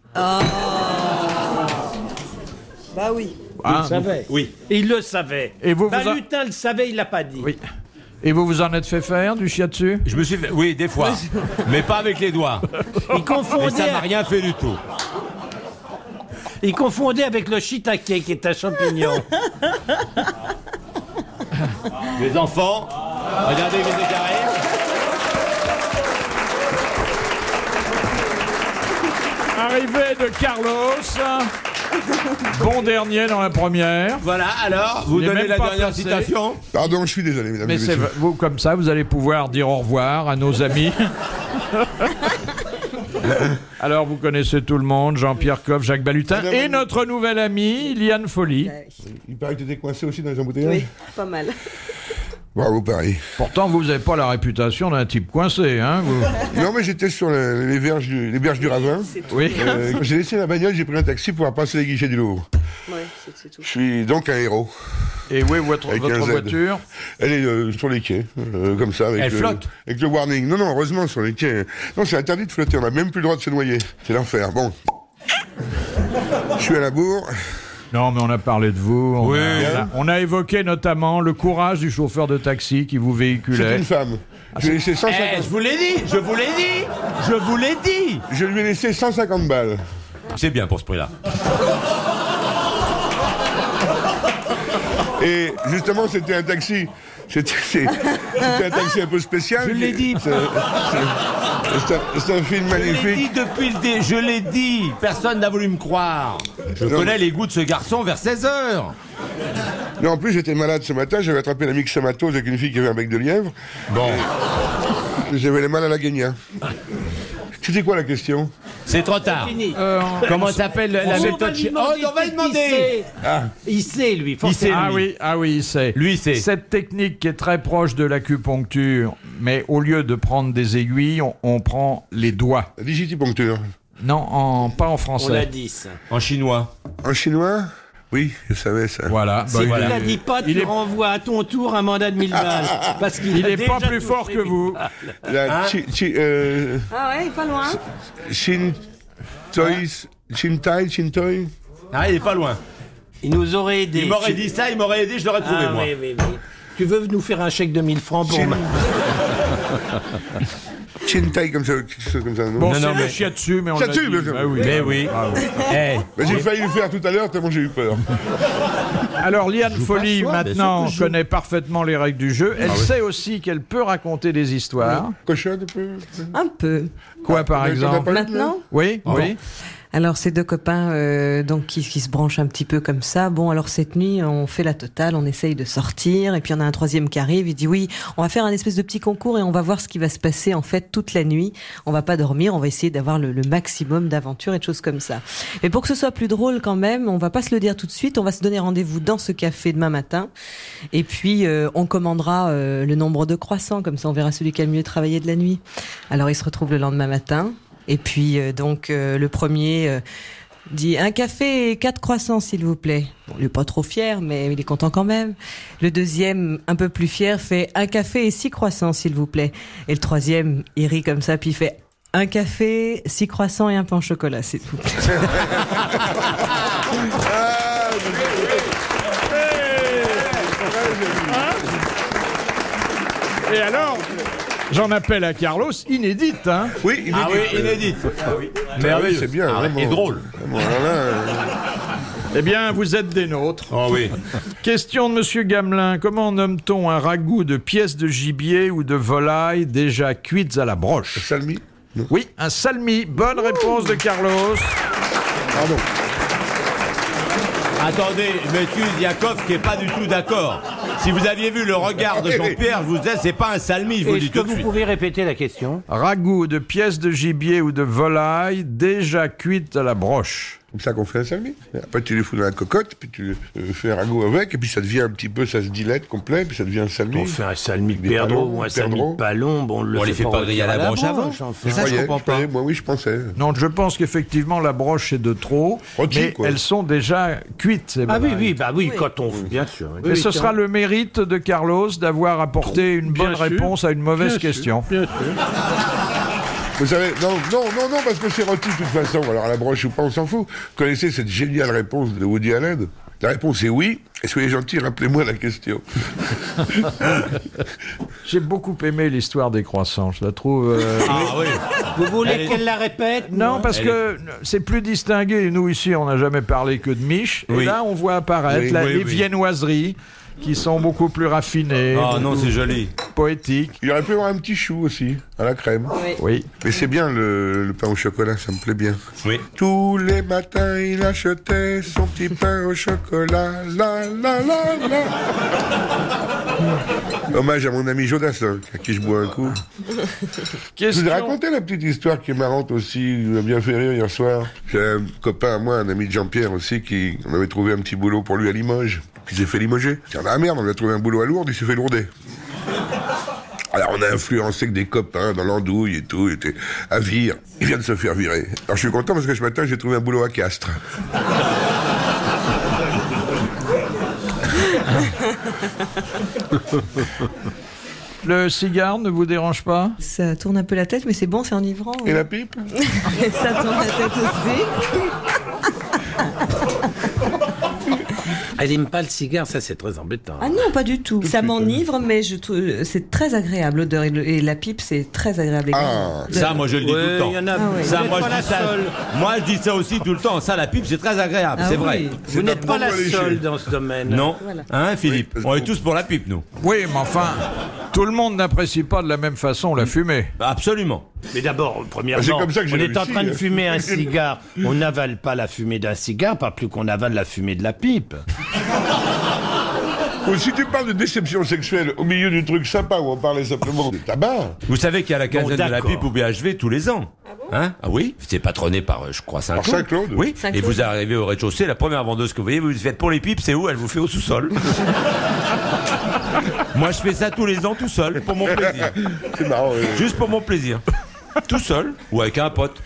S2: Bah oui.
S3: Hein,
S5: Oui.
S4: Et il le savait.
S3: Et vous, vous
S4: bah,
S3: en-
S4: Lutin le savait, il l'a pas dit.
S3: Oui. Et vous vous en êtes fait faire du shiatsu
S5: Je me suis fait. Oui, des fois. mais pas avec les doigts.
S4: Il confondait,
S5: Et ça m'a rien fait du tout.
S4: il confondait avec le shiitake qui est un champignon.
S5: Les enfants, regardez les écarts.
S3: Arrivée de Carlos. Bon dernier dans la première.
S5: Voilà, alors, vous
S3: Il est
S5: donnez
S3: même
S5: la
S3: pas
S5: dernière
S3: placé.
S5: citation.
S7: Pardon, Ah, je suis désolé, mesdames et
S3: Mais c'est
S7: messieurs. <laughs>
S3: vous comme ça, vous allez pouvoir dire au revoir à nos amis. Alors, vous connaissez tout le monde, Jean-Pierre Coff, Jacques Balutin
S7: Madame-
S3: et notre nouvelle amie, Liane Folly.
S7: Il paraît que tu étais coincé aussi dans les embouteillages.
S2: Oui, pas mal. <laughs>
S7: Bravo Paris.
S3: Pourtant, vous n'avez pas la réputation d'un type coincé, hein vous
S7: Non mais j'étais sur le- les, verges du, les berges du ravin.
S3: Oui.
S7: Euh, quand j'ai laissé la bagnole, j'ai pris un taxi pour passer les guichets du Louvre.
S2: Ouais, c'est- c'est tout.
S7: Je suis donc un héros.
S3: Et oui, votre,
S7: Avec
S3: votre
S7: un Z.
S3: voiture.
S7: Elle est euh, sur les quais, euh, comme ça. Avec
S5: Elle
S7: le,
S5: flotte.
S7: Avec le warning. Non, non, heureusement, sur les quais. Non, c'est interdit de flotter, on n'a même plus le droit de se noyer. C'est l'enfer. Bon. Je suis à la bourre.
S3: Non, mais on a parlé de vous. On,
S5: Oui.
S3: a, on a- on a évoqué notamment le courage du chauffeur de taxi qui vous
S7: C'est
S3: véhiculait.
S7: une femme. Je lui, ai laissé 150
S5: Eh, je vous l'ai dit, je vous l'ai dit, je vous l'ai dit.
S7: je lui ai laissé 150 balles.
S5: C'est bien pour ce prix-là.
S7: Et justement, c'était un taxi. C'était c'est- c'était un taxi un peu spécial.
S5: Je l'ai dit.
S7: C'est- c'est- C'est un- c'est un, film
S5: Je l'ai
S7: magnifique.
S5: dit depuis le dé, je l'ai dit. Personne n'a voulu me croire. Je
S7: Non,
S5: connais
S7: mais-
S5: les goûts de ce garçon vers 16 heures.
S7: Non, en plus, j'étais malade ce matin. J'avais attrapé la myxomatose avec une fille qui avait un bec de lièvre.
S5: Bon,
S7: J'avais les mal à la guénia. C'était quoi la question
S5: c'est trop tard.
S3: Euh, on-
S5: Comment s'appelle la
S6: On va
S5: méthode
S6: lui
S5: chi- Oh,
S6: demander
S5: on va lui
S6: qui
S5: demander.
S6: c'est. Il sait, lui, forcément.
S3: Ah oui, ah oui, c'est.
S5: Lui, c'est.
S3: Cette technique qui est très proche de l'acupuncture, mais au lieu de prendre des aiguilles, on, on prend les doigts.
S7: La digitiponcture.
S3: Non, en, pas en
S6: On l'a
S3: français.
S6: dit, ça.
S5: En chinois.
S7: En chinois Oui, je savais ça.
S3: Voilà. bah,
S6: Si
S3: il
S6: tu
S3: est-
S6: la dis pas, tu
S3: il est-
S6: renvoies à ton tour un mandat de 1000 balles. Parce qu'il
S3: il
S6: a
S3: est pas
S6: déjà
S3: plus
S6: touché
S3: fort que
S6: 1000
S3: vous.
S5: Ah.
S7: La chi, chi- euh,
S2: Ah ouais, pas loin.
S7: shin, toys, shintai, shintoi
S5: Ah, il est pas loin.
S6: Il nous aurait aidé.
S5: Il m'aurait
S6: Tu-
S5: dit ça, il m'aurait aidé, je l'aurais trouvé,
S6: Ah,
S5: moi.
S6: oui, oui, oui. Tu veux nous faire un chèque de 1000 francs pour ma-
S7: Shintai, comme ça, quelque chose comme ça, non
S3: Bon,
S5: Non,
S3: c'est
S5: non,
S3: le
S5: mais-
S3: shiatsu, mais on l'a
S7: Shiatsu,
S3: dit.
S7: bien sûr.
S3: Bah oui.
S5: Mais oui. Eh,
S7: Bah, J'ai failli le faire tout à l'heure, tellement j'ai eu peur.
S3: Alors Liane Folly,
S5: soi, mais
S3: maintenant,
S5: c'est que je joue.
S3: connaît parfaitement les règles du jeu. Elle
S7: Ah
S3: sait aussi qu'elle peut raconter des histoires.
S7: Cochonne, un peu
S2: Un peu.
S3: Quoi, par
S7: Ah, Mais t'en as
S3: exemple
S7: pas Ah eu,
S2: Maintenant
S3: Oui, oui.
S2: Alors ces deux copains euh, donc qui, qui se branchent un petit peu comme ça. Bon alors cette nuit on fait la totale, on essaye de sortir et puis on a un troisième qui arrive. Il dit oui, on va faire un espèce de petit concours et on va voir ce qui va se passer en fait toute la nuit. On va pas dormir, on va essayer d'avoir le, le maximum d'aventures et de choses comme ça. Mais pour que ce soit plus drôle quand même, on va pas se le dire tout de suite. On va se donner rendez-vous dans ce café demain matin et puis euh, on commandera euh, le nombre de croissants comme ça on verra celui qui a le mieux travaillé de la nuit. Alors ils se retrouvent le lendemain matin. Et puis euh, donc euh, le premier euh, dit un café et quatre croissants s'il vous plaît. Bon, il est pas trop fier mais il est content quand même. Le deuxième un peu plus fier fait un café et six croissants s'il vous plaît. Et le troisième il rit comme ça puis il fait un café, six croissants et un pain au chocolat s'il vous plaît.
S7: Ah,
S3: Et alors J'en appelle à Carlos, inédite, hein
S7: oui, il
S5: Ah oui,
S7: est
S5: inédite.
S7: oui, c'est bien,
S5: Ah ouais,
S7: vraiment.
S5: Et drôle.
S7: Bon, alors là, euh,
S3: Eh bien, vous êtes des nôtres.
S5: Oh oui.
S3: Question de Monsieur Gamelin. Comment nomme-t-on un ragoût de pièces de gibier ou de volaille déjà cuites à la broche
S7: Salmi
S3: Oui, un salmi. Bonne réponse de Carlos.
S7: Pardon.
S5: Attendez, monsieur Diakov qui est pas du tout d'accord. Si vous aviez vu le regard de Jean-Pierre, je vous disais, c'est pas un salmi, je vous le dis
S6: Est-ce que
S5: tout de
S6: vous
S5: suite.
S6: pouvez répéter la question
S3: Ragoût de pièces de gibier ou de volaille déjà cuites à la broche.
S7: Comme ça qu'on fait un salmi. Après, tu le fous dans la cocotte, puis tu le euh, fais un ragoût avec, et puis ça devient un petit peu, ça se dilate complet, puis ça devient un salmi.
S6: On fait un salmi de
S7: Des
S6: perdreau
S7: perdreaux,
S6: ou un salmi
S7: perdreaux.
S6: de palombe, on le
S5: On les fait pas griller à la
S6: branche
S5: broche avant.
S6: enfin.
S7: Je croyais, je croyais, moi oui, je pensais.
S3: Non, je pense qu'effectivement la broche est de trop,
S7: Rôti,
S3: mais
S7: quoi.
S3: elles sont déjà cuites. Ces
S6: Ah oui,
S3: volailles.
S6: oui, bah oui, quand on... Bien sûr.
S3: Et
S6: Oui,
S3: ce
S6: quand-
S3: sera le mérite de Carlos d'avoir apporté une bonne réponse à une mauvaise question.
S7: Vous savez, non, non, non, non, parce que c'est rôti de toute façon. Alors, à la broche ou pas, on s'en fout. Vous connaissez cette géniale réponse de Woody Allen La réponse est oui. Et soyez gentil, rappelez-moi la question.
S3: J'ai beaucoup aimé l'histoire des croissants. Je la trouve. euh,
S5: Ah oui.
S6: Vous voulez
S5: Allez.
S6: qu'elle la répète
S3: Non, parce
S5: Elle
S3: que c'est plus distingué. Nous, ici, on n'a jamais parlé que de miche. Et
S5: Oui.
S3: là, on voit apparaître
S7: Oui,
S3: la-
S5: oui,
S3: les
S5: oui.
S3: viennoiseries qui sont beaucoup plus raffinées.
S5: Oh non, c'est joli.
S3: poétique.
S7: Il aurait pu y avoir un petit chou aussi, à la crème.
S3: Oui.
S7: Mais c'est bien le, le pain au chocolat, ça me plaît bien.
S5: Oui.
S7: Tous les matins, il achetait son petit pain au chocolat. La, la, la, la. Hommage à mon ami Jodas, hein, à qui je bois un coup. Je vous ai
S3: Question.
S7: raconté la petite histoire qui est marrante aussi, qui m'a bien fait rire hier soir. J'ai un copain à moi, un ami de Jean-Pierre aussi, qui on avait trouvé un petit boulot pour lui à Limoges. Puis il s'est fait limoger. Tiens, la merde, on lui a trouvé un boulot à Lourdes, il s'est fait lourder. Alors on a influencé que des copains dans l'andouille et tout, il était à vire. Il vient de se faire virer. Alors je suis content parce que ce matin j'ai trouvé un boulot à Castres.
S3: Le cigare ne vous dérange pas
S2: Ça tourne un peu la tête, mais c'est bon, c'est enivrant. hein.
S7: Et la pipe
S2: <laughs> Ça tourne la tête aussi.
S4: Elle n'aime pas le cigare, ça c'est très embêtant.
S2: Ah non, pas du tout. Ça m'enivre, mais je trouve c'est très agréable l'odeur et, le- et la pipe, c'est très agréable. également.
S7: Ah.
S2: De-
S5: Ça, moi, je le dis
S4: Ouais,
S5: tout le temps.
S4: il y en a-
S2: Ah ouais.
S5: Ça,
S4: Vous
S5: moi,
S4: n'êtes
S5: je
S4: pas
S5: dis
S4: la
S5: ça.
S4: seule.
S5: Moi, je dis ça aussi tout le temps. Ça, la pipe, c'est très agréable.
S2: Ah
S5: c'est
S2: oui.
S5: vrai.
S4: Vous n'êtes pas la
S7: pour les
S4: seule
S7: chiens.
S4: dans ce domaine.
S5: Non.
S2: Voilà.
S5: Hein, Philippe
S7: Oui, parce
S5: On est
S7: que-
S5: tous pour la pipe, nous.
S3: Oui, mais enfin, tout le monde n'apprécie pas de la même façon la fumée.
S5: Absolument.
S6: Mais d'abord, premièrement,
S7: Ah, C'est comme ça que j'ai
S6: on est en
S7: réussi,
S6: train de
S7: hein.
S6: fumer
S7: <laughs>
S6: un cigare. On n'avale pas la fumée d'un cigare, pas plus qu'on avale la fumée de la pipe.
S7: Ou si tu parles de déception sexuelle au milieu du truc sympa où on parlait simplement de tabac,
S5: Vous savez qu'il y a la quinzaine de la
S6: d'accord.
S5: pipe au BHV tous les ans. hein ah oui, c'est patronné par, euh, je crois, Saint-Claude.
S7: Par Saint-Claude.
S5: Oui, et
S2: Saint-Claude.
S5: vous arrivez au rez-de-chaussée, la première vendeuse que vous voyez, vous dites, faites pour les pipes, c'est où Elle vous fait au sous-sol. Moi, je fais ça tous les ans tout seul, pour mon plaisir.
S7: c'est marrant. euh.
S5: Juste pour mon plaisir. Tout seul, ou avec un pote.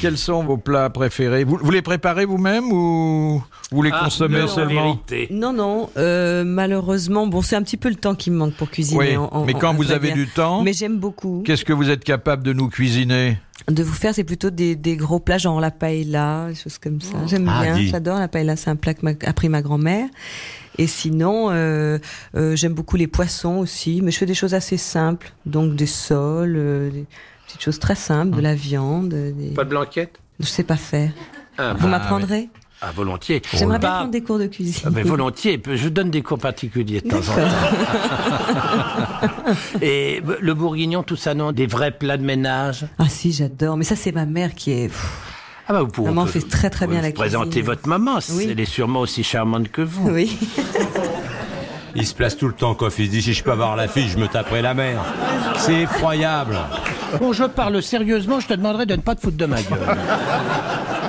S3: Quels sont vos plats préférés vous, vous les préparez vous-même ou vous les
S6: Ah,
S3: consommez
S6: non,
S3: seulement
S6: vérité.
S2: Non, non, euh, malheureusement, bon, c'est un petit peu le temps qui me manque pour cuisiner.
S3: Oui,
S2: en- en-
S3: mais quand
S2: en-
S3: vous
S2: très
S3: avez
S2: bien.
S3: du temps-
S2: Mais j'aime beaucoup.
S3: Qu'est-ce que vous êtes capable de nous cuisiner
S2: De vous faire, c'est plutôt des, des gros plats, genre la paella, des choses comme
S3: Oh.
S2: ça. J'aime
S5: Ah,
S2: bien,
S5: dis.
S2: j'adore la paella, c'est un plat que m'a appris ma grand-mère. Et sinon, euh, euh, j'aime beaucoup les poissons aussi, mais je fais des choses assez simples, donc des sols, euh, des petites choses très simples, de
S3: Hum.
S2: la viande. euh, Des...
S4: Pas de blanquette
S2: Je sais pas faire.
S4: Ah,
S2: vous m'apprendrez
S4: Ah, volontiers.
S2: J'aimerais bien
S4: Pas-
S2: prendre des cours de cuisine.
S4: Ah,
S2: <laughs>
S4: mais volontiers, je donne des cours particuliers de temps en temps.
S2: D'accord.
S6: Et euh, le bourguignon, tout ça, non Des vrais plats de ménage
S2: Ah si, j'adore. Mais ça, c'est ma mère qui est. pff,
S6: Ah bah, vous pouvez.
S2: Maman
S6: on peut-
S2: fait très, très
S6: vous
S2: bien la
S6: pouvez présenter
S2: cuisine.
S6: votre maman, c'est-
S2: Oui.
S6: elle est sûrement aussi charmante que vous.
S2: Oui.
S5: Il se place tout le temps, Coff. Il se dit, si je peux avoir la fille, je me taperai la mer. C'est effroyable.
S4: Bon, je parle sérieusement, je te demanderai de ne pas te foutre de ma gueule.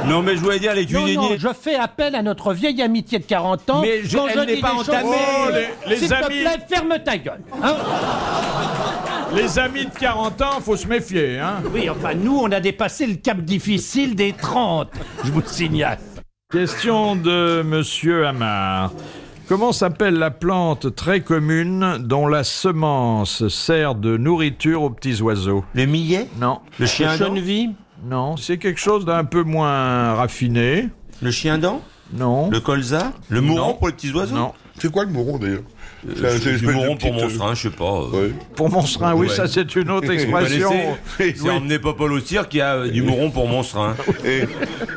S5: Non, mais je voulais dire, les
S4: Non,
S5: cuisiniers...
S4: non, je fais appel à notre vieille amitié de 40 ans.
S5: Mais je-
S4: Quand
S5: elle n'est
S4: dis
S5: pas
S4: des choses-
S5: entamée. Oh, les- les
S4: S'il te
S3: amis.
S4: plaît, ferme ta gueule. hein.
S3: Les amis de 40 ans, faut se méfier, hein
S4: oui, enfin, nous, on a dépassé le cap difficile des 30. Je vous le signale.
S3: Question de Monsieur Hamar. Comment s'appelle la plante très commune dont la semence sert de nourriture aux petits oiseaux
S5: Le millet
S3: Non,
S5: Le chien dent
S4: Chonneville
S3: non, c'est quelque chose d'un peu moins raffiné.
S5: Le chien dent
S3: Non,
S5: Le colza Le mouron
S3: Non.
S5: pour les petits oiseaux
S3: non.
S7: C'est quoi le mouron d'ailleurs C'est un- c'est une
S5: Euh, Du
S7: espèce de
S5: mouron pour
S7: petite,
S5: mon
S7: euh,
S5: frein, je sais pas. euh.
S7: ouais.
S3: Pour mon serin, oui,
S5: Ouais.
S3: ça c'est une autre
S5: <laughs> Vous
S3: expression.
S5: connaissez
S7: Oui.
S5: C'est emmené Popol au cirque, il y a euh, du mouron pour mon
S7: <laughs>
S5: serin.
S7: Et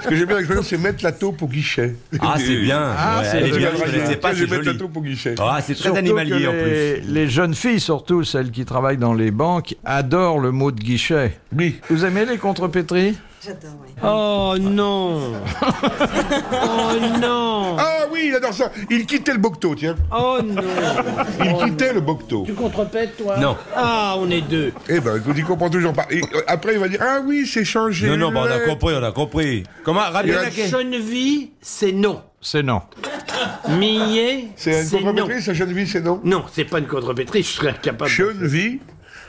S7: ce que j'aime bien avec l'expérience, c'est mettre la taupe au guichet.
S5: Ah, c'est bien.
S3: Ah,
S5: Ouais,
S3: c'est
S5: elle est
S7: Je
S5: bien,
S7: regarde
S5: je
S7: la
S5: connaissais
S7: vidéo.
S5: pas,
S7: Je vais
S5: c'est
S7: mettre
S5: joli.
S7: la taupe au guichet.
S5: Ah, c'est très
S3: Surtout
S5: animalier
S3: que
S5: en
S3: les,
S5: plus.
S3: les jeunes filles, surtout celles qui travaillent dans les banques, adorent le mot de guichet.
S7: Oui.
S3: Vous aimez les contrepétries
S2: <laughs> J'adore, oui.
S5: Ah
S4: Oh non <laughs> Oh non
S7: Ah oui, il adore ça. Il quittait le bocteau, tiens.
S4: Oh non
S7: Il quittait le bocteau.
S4: Tu contrepètes, toi
S5: Non.
S4: Ah, on est deux.
S7: Eh ben, écoute, il comprend toujours pas. Et, euh, après, il va dire Ah oui, c'est changé.
S5: Non, non, bah, on a
S7: Ouais.
S5: compris, on a compris. Comment
S7: Il y
S5: Rabia
S7: a-
S5: Naquet
S4: Chonneville, c'est non.
S3: C'est non.
S4: Millet,
S7: C'est une
S4: c'est non.
S7: contreprise, ça, Geneviève, c'est non
S4: Non, c'est pas une contrepétrie, je serais incapable. de-
S7: Schönvie,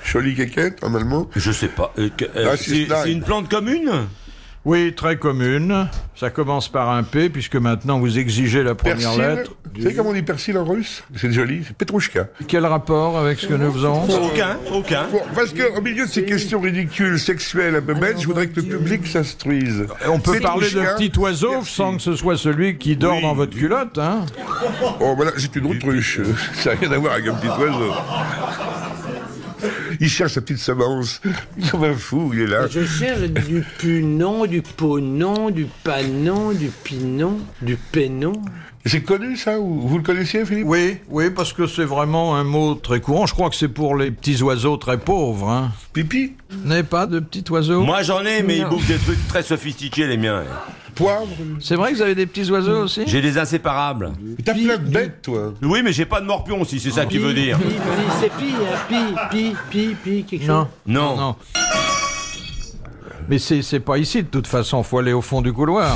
S7: Jolie Kekette, en allemand.
S5: Je sais pas. euh, que- euh,
S7: Ah, c'est
S5: c'est
S7: dingue.
S5: c'est une plante commune
S3: Oui, très commune. Ça commence par un P, puisque maintenant vous exigez la première
S7: Persil.
S3: lettre.
S7: Vous savez comment on dit persil en russe C'est joli, c'est Petrouchka.
S3: Quel rapport avec ce que nous faisons
S5: Aucun, aucun.
S7: Bon, parce que, au milieu de ces questions ridicules, sexuelles, un peu bêtes, je voudrais que le public s'instruise.
S3: On peut
S7: C'est
S3: parler de
S7: Petrouchka.
S3: petit oiseau
S7: Merci.
S3: sans que ce soit celui qui dort dans votre culotte. Hein
S7: <laughs> Oh, voilà, c'est une autruche. Ça n'a rien à voir avec un petit oiseau. Il cherche sa petite semence. Comme un fou, il est là.
S8: Je cherche du punon, du ponon, du panon, du pinon, du pénon.
S7: C'est connu ça ou- Vous le connaissiez, Philippe
S3: Oui, oui, parce que c'est vraiment un mot très courant. Je crois que c'est pour les petits oiseaux très pauvres. Hein.
S7: Pipi,
S3: N'est pas de petits oiseaux
S5: Moi j'en ai, mais ils bouffent des trucs très sophistiqués les miens.
S7: poivre.
S3: C'est vrai que vous avez des petits oiseaux aussi
S5: J'ai des inséparables.
S7: T'as plein de bêtes, toi.
S5: Oui, mais j'ai pas de morpion Ah, si c'est ça que tu veux <laughs> dire.
S8: Pi, pi, c'est pi, hein, pi, pi, pi, pi, quelque chose.
S3: Non.
S5: Non.
S3: Non. Mais c'est c'est pas ici, de toute façon, faut aller au fond du couloir.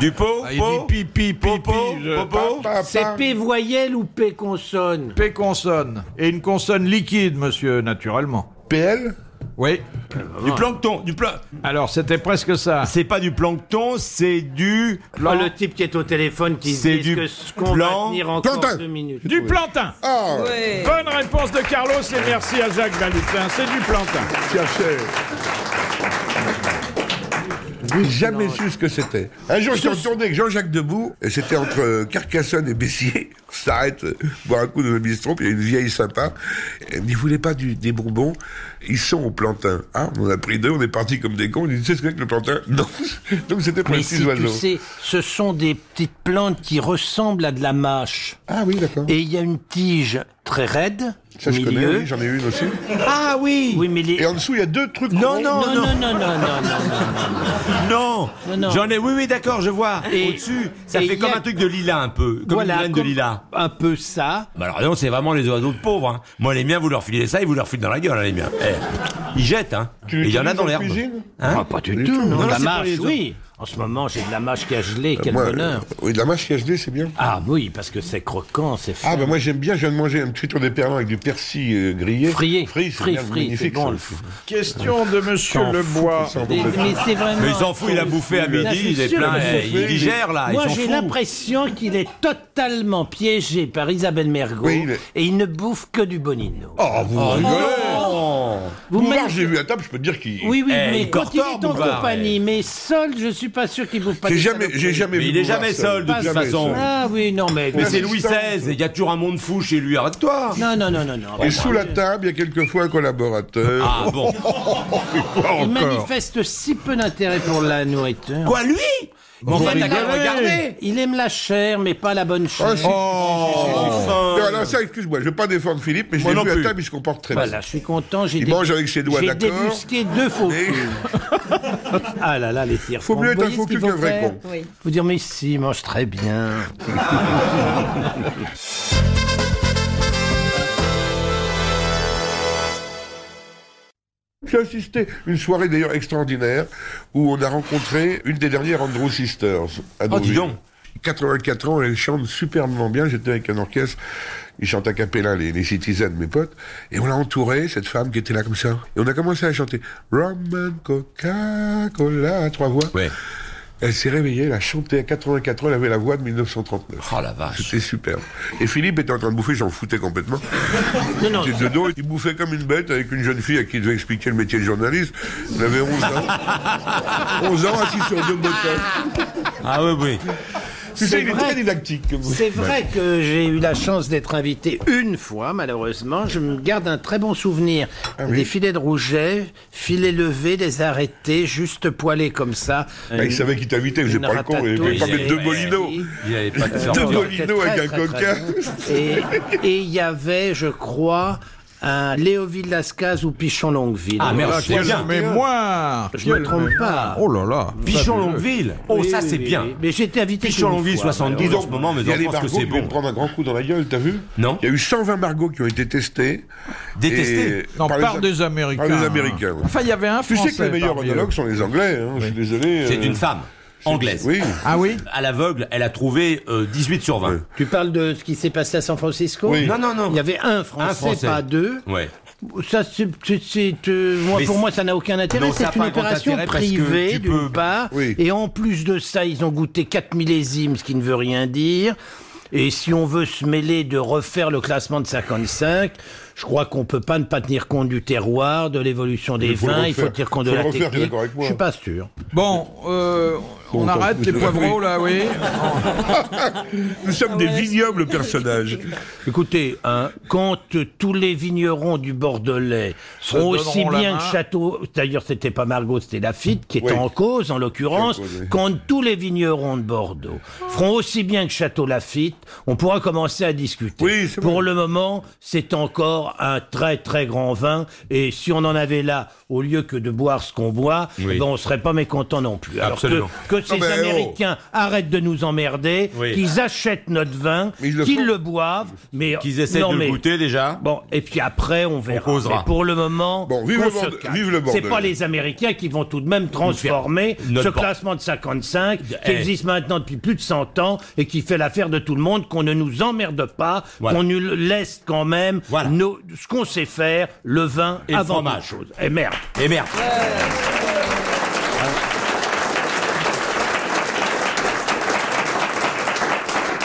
S5: Du pot,
S3: Ah, il
S5: pot,
S3: dit pipi, pipi,
S5: popo,
S3: Oh,
S5: popo.
S7: Pa, pa,
S8: C'est
S7: pa.
S8: P voyelle ou P consonne
S3: P consonne. Et une consonne liquide, monsieur, naturellement.
S7: PL
S3: Oui.
S5: Du plancton, du pla...
S3: Alors, c'était presque ça.
S5: C'est pas du plancton, c'est du
S8: Oh, Le type qui est au téléphone qui
S5: C'est
S8: se dit
S5: du
S8: que ce qu'on
S5: plan-
S8: va tenir encore
S7: Plantain.
S8: deux minutes.
S3: Du plantain
S7: Ah,
S3: Bonne réponse de Carlos et merci à Jacques Balutin. C'est du plantain.
S7: cherchais. J'ai jamais su ce que c'était. Un jour, je suis retourné avec Jean-Jacques Debout, et c'était entre euh, Carcassonne et Bessiers. On s'arrête euh, boire un coup dans le bistrot, puis il y a une vieille sympa. Elle me dit, vous voulez pas du, des bourbons Ils sont au plantain. Ah, on en a pris deux, on est parti comme des cons. On dit, tu sais ce que c'est que le plantain Non. <laughs> Donc c'était pour
S4: Mais
S7: les
S4: si
S7: petits
S4: tu
S7: oiseaux.
S4: sais, ce sont des petites plantes qui ressemblent à de la mâche.
S7: Ah oui, d'accord.
S4: Et il y a une tige très raide,
S7: Ça, je connais,
S4: milieu.
S7: oui, j'en ai une aussi.
S4: ah oui
S8: Oui, mais les...
S7: Et en dessous, il y a deux trucs.
S4: non,
S7: ronds.
S4: non, non, non, non, non, non, non.
S5: Non,
S4: non.
S5: J'en ai, oui, oui, d'accord, je vois.
S4: Et-
S5: Au-dessus, ça
S4: et
S5: fait
S4: il y
S5: comme
S4: a-
S5: un truc de lilas un peu. Comme
S4: Voilà,
S5: une graine
S4: comme-
S5: de lilas.
S4: Un peu ça.
S5: Bah alors non, c'est vraiment les oiseaux de pauvres. hein. Moi, les miens, vous leur filez ça, ils vous leur filent dans la gueule, hein, les miens. Eh, ils jettent, hein.
S7: Tu
S5: Et il y en a
S7: l'utilises
S5: dans
S7: en
S5: l'herbe.
S7: cuisine
S5: Hein
S4: Ah, pas du
S7: Du
S4: tout.
S7: tout, non.
S4: de
S7: Non,
S4: la
S7: c'est pour les
S4: mâche,
S7: autres.
S4: oui. En ce moment, j'ai de la mâche qui a gelé. Quel
S7: Moi,
S4: bonheur.
S7: euh, Oui, de la mâche CHD, c'est bien.
S4: Ah oui, parce que c'est croquant, c'est fin.
S7: Ah, ben moi j'aime bien, je viens de manger un petit tour d'éperlan avec du persil euh, grillé.
S4: Frié.
S7: Frit, c'est
S4: Frit,
S7: bien,
S4: frit,
S7: magnifique.
S4: c'est bon,
S7: ça.
S4: le fou.
S3: Question de monsieur
S4: T'en
S3: Lebois.
S7: Ça, on peut
S4: Mais,
S7: faire.
S4: mais c'est vraiment.
S5: Mais il s'en fout, il a bouffé
S4: Là,
S5: à
S4: je
S5: midi,
S4: suis
S5: il est
S4: sûr,
S5: plein,
S4: il a
S5: eh, il
S4: bouffé.
S5: digère là,
S4: Moi,
S5: il s'en
S4: j'ai
S5: fout.
S4: l'impression qu'il est totalement piégé par Isabelle Mergo
S7: Oui, mais-
S4: et il ne bouffe que du Bonino.
S7: Oh, vous
S4: Ah,
S7: rigolez
S5: Oh.
S4: Vous
S7: Bouvard,
S4: même-
S7: j'ai vu à table, je peux te dire qu'il.
S4: Oui, oui,
S5: Eh,
S4: mais
S5: il
S4: quand il est en
S5: cortore, Bouvard,
S4: compagnie,
S5: eh.
S4: mais seul, je suis pas sûr qu'il bouffe pas
S7: J'ai
S4: des
S7: jamais,
S4: saloperies.
S7: j'ai jamais
S5: Mais
S7: vu.
S5: il est
S7: Bouvard
S5: jamais
S7: seul.
S5: seul, de toute
S7: Jamais
S5: façon.
S7: seul.
S4: Ah oui, non, mais.
S5: Mais c'est
S7: c'est
S5: Louis
S7: ça.
S5: XVI, il y a toujours un monde fou chez lui, arrête-toi.
S4: Non, non, non, non, non.
S7: Et sous la table, il y a quelquefois un collaborateur. <laughs>
S5: Ah bon.
S4: Il manifeste si peu d'intérêt pour la nourriture.
S5: Quoi, lui Mais enfin, t'as qu'à le regarder.
S4: Il aime la chair, mais pas la bonne chair.
S7: Ah, si.
S5: Enfin.
S4: Oh.
S7: Mais alors ça, excuse-moi, je ne veux pas défendre Philippe, mais je
S5: Moi
S7: l'ai
S5: non
S7: vu à
S5: plus.
S7: table, il se comporte très bien.
S4: Voilà, je suis content. J'ai
S7: Il
S4: dé-
S7: mange avec ses doigts,
S4: J'ai
S7: d'accord.
S4: dégusté deux faux
S7: Et-
S4: culs. Ah là là, les tirs.
S7: Faut mieux être un faux cul qu'un vrai con.
S4: Vous dire, mais si, il mange très bien.
S7: J'ai assisté à une soirée d'ailleurs extraordinaire où on a rencontré une des dernières Andrew Sisters à
S5: Oh, dis
S7: Deauville.
S5: donc.
S7: 84 ans, elle chante superbement bien. J'étais avec un orchestre, ils chantent à cappella, les, les Citizens, mes potes. Et on l'a entourée, cette femme qui était là comme ça. Et on a commencé à chanter Rum and Coca-Cola à trois voix.
S5: Ouais.
S7: Elle s'est réveillée, elle a chanté à 84 ans, elle avait la voix de 1939.
S5: Oh la vache.
S7: C'était superbe. Et Philippe était en train de bouffer, j'en foutais complètement.
S4: Non, non,
S7: Il était de dos, il bouffait comme une bête avec une jeune fille à qui il devait expliquer le métier de journaliste. Il avait 11 ans. 11 ans, assis sur deux bottes.
S5: Ah oui, oui.
S7: Tu sais, il est
S4: vrai.
S7: très didactique. comme vous.
S4: c'est vrai que j'ai eu la chance d'être invité une fois, malheureusement. Je me garde un très bon souvenir.
S7: Ah oui.
S4: Des filets de rouget, filets levés, des arrêtés, juste poilés comme ça.
S7: Ah, il savait qu'il t'invitait, j'ai
S4: Une
S7: pas le con, il
S4: ratatouille,
S7: voulait pas mettre deux
S4: ouais.
S7: bolinos.
S5: Il n'y avait pas de
S7: <laughs> Deux
S5: sortir.
S7: bolinos
S4: Très,
S7: avec un
S4: très,
S7: coca.
S4: Et et il y avait, je crois, un Léoville Lascaz ou Pichon Longueville.
S5: Ah merde,
S3: Ah,
S5: c'est
S3: quelle
S5: bien.
S3: mémoire
S4: Je me
S3: Quelle
S4: trompe
S3: mémoire.
S4: pas.
S3: Oh là là
S5: Pichon Longueville. Oh,
S4: Oui,
S5: ça
S4: oui,
S5: c'est
S4: oui,
S5: bien.
S4: oui. Mais j'ai été invité.
S5: Pichon
S4: qu'une
S5: Longueville,
S4: fois,
S5: 72
S4: malheureusement.
S5: ans. en ce moment, mais
S7: il y a
S5: en
S7: les
S5: France, que
S7: margots
S5: c'est
S7: qui
S5: bon.
S7: viennent prendre un grand coup dans la gueule, t'as vu
S5: Non.
S7: Il y a eu 120 margots qui ont été testés.
S5: Détesté.
S7: et-
S3: Non, par,
S7: Am-
S3: des Américains.
S7: Par les Américains. ouais.
S3: Enfin, il y avait un
S7: Tu
S3: Français.
S7: sais que les meilleurs
S3: parmi eux.
S7: monologues sont les Anglais, hein, je suis désolé.
S5: C'est
S7: euh,
S5: une femme anglaise.
S7: Oui.
S3: Ah oui
S5: À l'aveugle, elle a trouvé euh, 18 sur 20.
S7: Ouais.
S4: Tu parles de ce qui s'est passé à San Francisco
S7: Oui.
S5: Non, non, non.
S4: Il y avait un Français,
S5: Français.
S4: pas deux.
S5: Ouais.
S4: Ça, c'est, c'est- c'est, euh, moi,
S5: Mais
S4: pour
S5: c'est-
S4: moi, ça n'a aucun intérêt.
S5: Non, ça a
S4: c'est une
S5: pas grand
S4: opération
S5: intérêt parce que tu
S4: privée, d'une
S5: peux-
S4: part.
S7: Oui.
S4: Et en plus de ça, ils ont goûté 4 millésimes, ce qui ne veut rien dire. Et si on veut se mêler de refaire le classement de 55, je crois qu'on peut pas ne pas tenir compte du terroir, de l'évolution des
S7: faut le
S4: vins, il faut
S7: refaire.
S4: tenir compte de
S7: Faut le
S4: la
S7: refaire, t'es
S4: technique.
S7: d'accord avec moi.
S4: Je suis pas sûr.
S3: Bon, euh, On
S7: Bon,
S3: arrête
S7: attends,
S3: les
S7: je-
S3: poivrons, là, oui.
S4: Ah
S7: Nous sommes des vignobles personnages.
S4: Écoutez, hein, quand euh, tous les vignerons du Bordelais seront aussi
S3: donneront la
S4: bien
S3: main.
S4: que Château, d'ailleurs c'était pas Margot, c'était Lafitte qui était
S7: Oui.
S4: en cause en l'occurrence,
S7: Qui est en cause, oui.
S4: quand tous les vignerons de Bordeaux feront aussi bien que Château Lafitte, on pourra commencer à discuter.
S7: Oui, c'est
S4: Pour
S7: vrai.
S4: le moment, c'est encore un très très grand vin et si on en avait là au lieu que de boire ce qu'on boit,
S5: Oui.
S4: ben on serait pas mécontent non plus. Alors que,
S5: Absolument.
S4: que ces
S7: mais oh.
S4: Américains arrêtent de nous emmerder,
S5: Oui.
S4: qu'ils achètent notre vin,
S7: Mais ils le
S4: qu'ils
S7: font.
S4: le boivent, mais
S5: Qu'ils essaient
S4: non,
S5: de le
S4: mais-
S5: goûter déjà.
S4: Bon, et puis après, on verra.
S5: causera.
S4: Mais pour le moment,
S7: Bon, vive
S4: qu'on
S7: le
S4: se
S7: Borde-
S4: calme.
S7: vive le
S4: C'est
S7: Bordelais.
S4: pas les Américains qui vont tout de même transformer
S5: Notre
S4: ce
S5: Bord-
S4: classement de 55 qui
S5: Eh.
S4: existe maintenant depuis plus de 100 ans et qui fait l'affaire de tout le monde, qu'on ne nous emmerde pas,
S5: Voilà.
S4: qu'on nous laisse quand même
S5: Voilà.
S4: nos- ce qu'on sait faire, le vin
S5: Et le
S4: avant toute
S5: fromage.
S4: chose. Et merde.
S5: Et merde.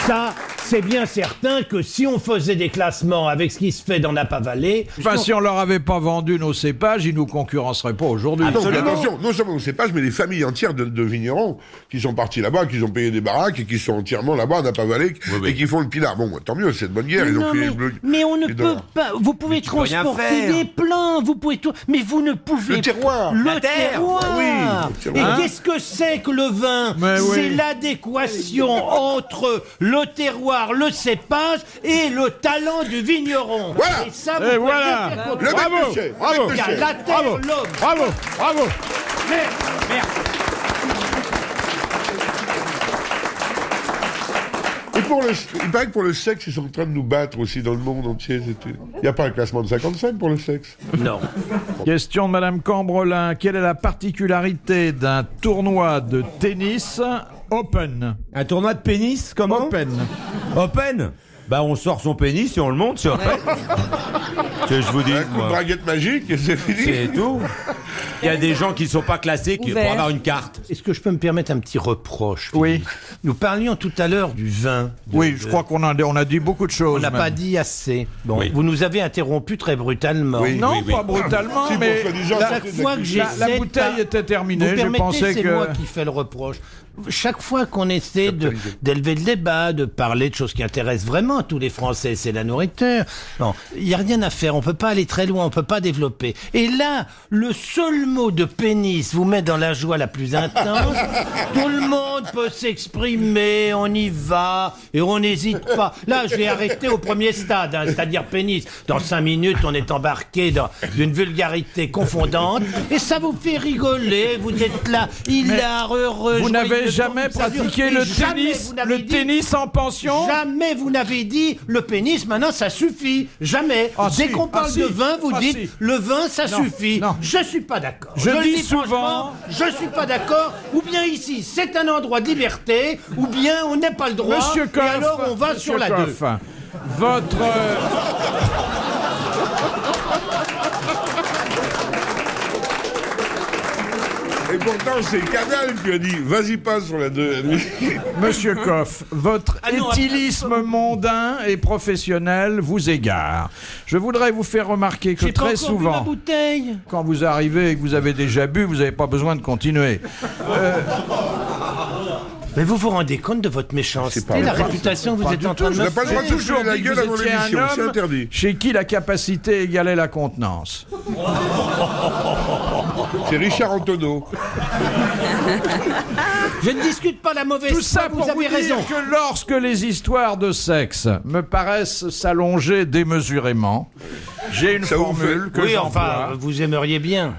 S4: Ça, c'est bien certain que si on faisait des classements avec ce qui se fait dans Napa Valley,
S3: Enfin, si on leur avait pas vendu nos cépages, ils nous concurrenceraient pas aujourd'hui.
S7: Donc Ah, attention, non seulement on sait pas, mais les familles entières de, de vignerons qui sont partis là-bas, qui ont payé des baraques et qui sont entièrement là-bas, n'a pas valé,
S5: oui.
S7: et qui font le pilar. Bon, tant mieux, c'est de bonne guerre.
S4: Mais
S7: ils ont
S4: non,
S7: pris
S4: mais,
S7: les bleus-
S4: mais on ne
S7: les
S4: peut
S7: dollars.
S4: pas. Vous pouvez
S5: tu peux rien
S4: transporter
S5: faire.
S4: des pleins, vous pouvez tout, mais vous ne pouvez
S7: Le terroir, Bah
S4: le
S5: la terre,
S4: terroir.
S7: oui, le terroir. Hein
S4: Et qu'est-ce que c'est que le vin
S3: Mais
S4: C'est
S3: oui.
S4: l'adéquation entre le terroir, le cépage et le talent du vigneron.
S7: Voilà.
S4: Et ça, vous
S3: Et
S4: pouvez
S3: voilà.
S4: rien faire contre.
S7: Le mec de chez, le mec
S4: Il
S7: de
S4: y a
S7: chez.
S4: la terre, l'homme.
S3: Bravo, bravo.
S7: Et pour le, il paraît que pour le sexe, ils sont en train de nous battre aussi dans le monde entier. c'était- Il n'y a pas un classement de 55 pour le sexe.
S4: Non.
S3: Question de Madame Cambrelin. Quelle est la particularité d'un tournoi de tennis open
S5: Un tournoi de pénis,
S4: Oh,
S5: comment
S4: ben,
S3: Open.
S5: Open Bah on sort son pénis et on le monte, c'est open. <laughs> que je vous dis,
S7: Un coup de
S5: moi.
S7: braguette magique et c'est fini.
S5: C'est tout. Il y a des gens qui ne sont pas classés qui, pour
S2: Ouvert.
S5: avoir une carte.
S4: Est-ce que je peux me permettre un petit reproche
S3: Oui.
S4: Nous parlions tout à l'heure du vin. de-
S3: Oui, je
S4: de-
S3: crois qu'on a, on a dit beaucoup de choses.
S4: On n'a
S3: même.
S4: pas dit assez. Bon,
S5: Oui.
S4: vous nous avez interrompu très brutalement.
S7: Oui.
S3: Non,
S5: Oui, oui.
S3: pas brutalement,
S7: Si,
S3: mais
S7: pour soi-disant,
S3: la,
S7: c'était
S4: Chaque fois que
S3: la-
S4: j'essaie,
S3: la
S4: de
S3: bouteille
S4: par-
S3: était terminée.
S4: Vous
S3: Je
S4: permettez,
S3: pensais
S4: c'est
S3: que.
S4: moi qui fais le reproche. Chaque fois qu'on essaie de- d'élever le débat, de parler de choses qui intéressent vraiment tous les Français, c'est la nourriture. Non, il n'y a rien à faire. On peut pas aller très loin. On peut pas développer. Et là, le seul mot de pénis vous met dans la joie la plus intense. Tout le monde peut s'exprimer. On y va et on n'hésite pas. Là, j'ai arrêté au premier stade, hein, c'est-à-dire pénis. Dans cinq minutes, on est embarqué dans une vulgarité confondante et ça vous fait rigoler. Vous êtes là, hilar, heureux.
S3: Vous
S4: joyeux,
S3: n'avez
S4: bon,
S3: jamais
S4: ça dure.
S3: pratiqué
S4: Et
S3: le
S4: jamais
S3: tennis,
S4: vous n'avez
S3: le
S4: dit-
S3: tennis en pension
S4: Jamais vous n'avez dit le pénis, maintenant ça suffit. Jamais.
S3: Ah,
S4: Dès
S3: si,
S4: qu'on
S3: ah,
S4: parle
S3: si,
S4: de vin, vous
S3: ah,
S4: dites
S3: si.
S4: le vin ça
S3: Non,
S4: suffit.
S3: non.
S4: Je suis pas d'accord.
S3: Je
S4: le
S3: dis souvent-
S4: franchement, je suis pas d'accord. Ou bien ici, c'est un endroit de liberté, ou bien on n'a pas le droit.
S3: Monsieur Coff,
S4: et alors on va
S3: Monsieur
S4: sur la deux.
S3: Coff, Votre. euh,
S7: Et pourtant, c'est Canal qui a dit vas-y, passe sur la 2.
S3: Monsieur Koff, votre
S4: Ah non,
S3: éthylisme mondain et professionnel vous égare. Je voudrais vous faire remarquer que
S4: J'ai pas
S3: très
S4: encore bu ma
S3: souvent,
S4: bouteille.
S3: quand vous arrivez et que vous avez déjà bu, vous n'avez pas besoin de continuer.
S4: Mais vous vous rendez compte de votre méchanceté, la réputation que vous êtes en train de
S7: On
S4: me
S7: n'a pas le droit de se
S3: Toujours,
S7: foutre la
S3: vous
S7: gueule avant
S3: étiez un
S7: l'émission, c'est
S3: homme
S7: interdit.
S3: Chez qui la capacité égalait la contenance.
S7: <laughs> C'est Richard Antonneau.
S4: Je ne discute pas la mauvaise
S3: Tout
S4: foi,
S3: ça pour
S4: vous avez
S3: vous dire
S4: raison.
S3: que lorsque les histoires de sexe me paraissent s'allonger démesurément, j'ai une
S7: Ça vous
S3: formule
S7: fait-
S3: que
S4: Oui,
S3: j'emploie.
S4: enfin, vous aimeriez bien.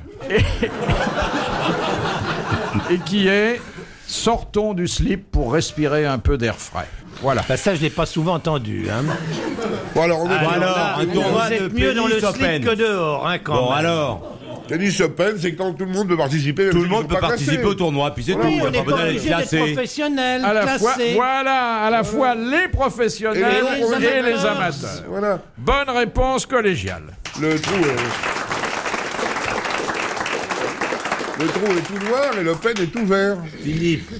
S3: et qui est sortons du slip pour respirer un peu d'air frais. Voilà.
S4: Bah, ça, je l'ai pas souvent entendu. Hein.
S7: Bon, alors, on est
S5: Ah, Alors,
S7: dans
S5: un tournoi
S4: vous
S5: de
S4: êtes mieux dans le
S5: pénis
S4: slip
S5: open.
S4: que dehors, hein, quand
S5: Bon
S4: même.
S5: alors,
S7: Tennis Open, c'est quand tout le monde peut participer. même
S5: tout le
S7: s'ils
S5: monde
S7: sont
S5: peut
S7: pas
S5: participer
S7: classés.
S5: au tournoi, puis c'est
S7: Voilà,
S5: tout.
S7: on
S5: Il y a
S4: On
S7: n'est
S4: n'est
S5: pas besoin
S4: pas
S5: d'être
S4: obligé d'être
S5: classé.
S4: professionnel,
S3: À la fois,
S4: classé.
S3: voilà, à la fois les professionnels
S7: Et les
S3: et les
S4: amateurs.
S3: amateurs.
S7: Voilà,
S3: Bonne réponse collégiale.
S7: le trou est... Le trou est tout noir et l'Open est tout vert.
S8: Philippe.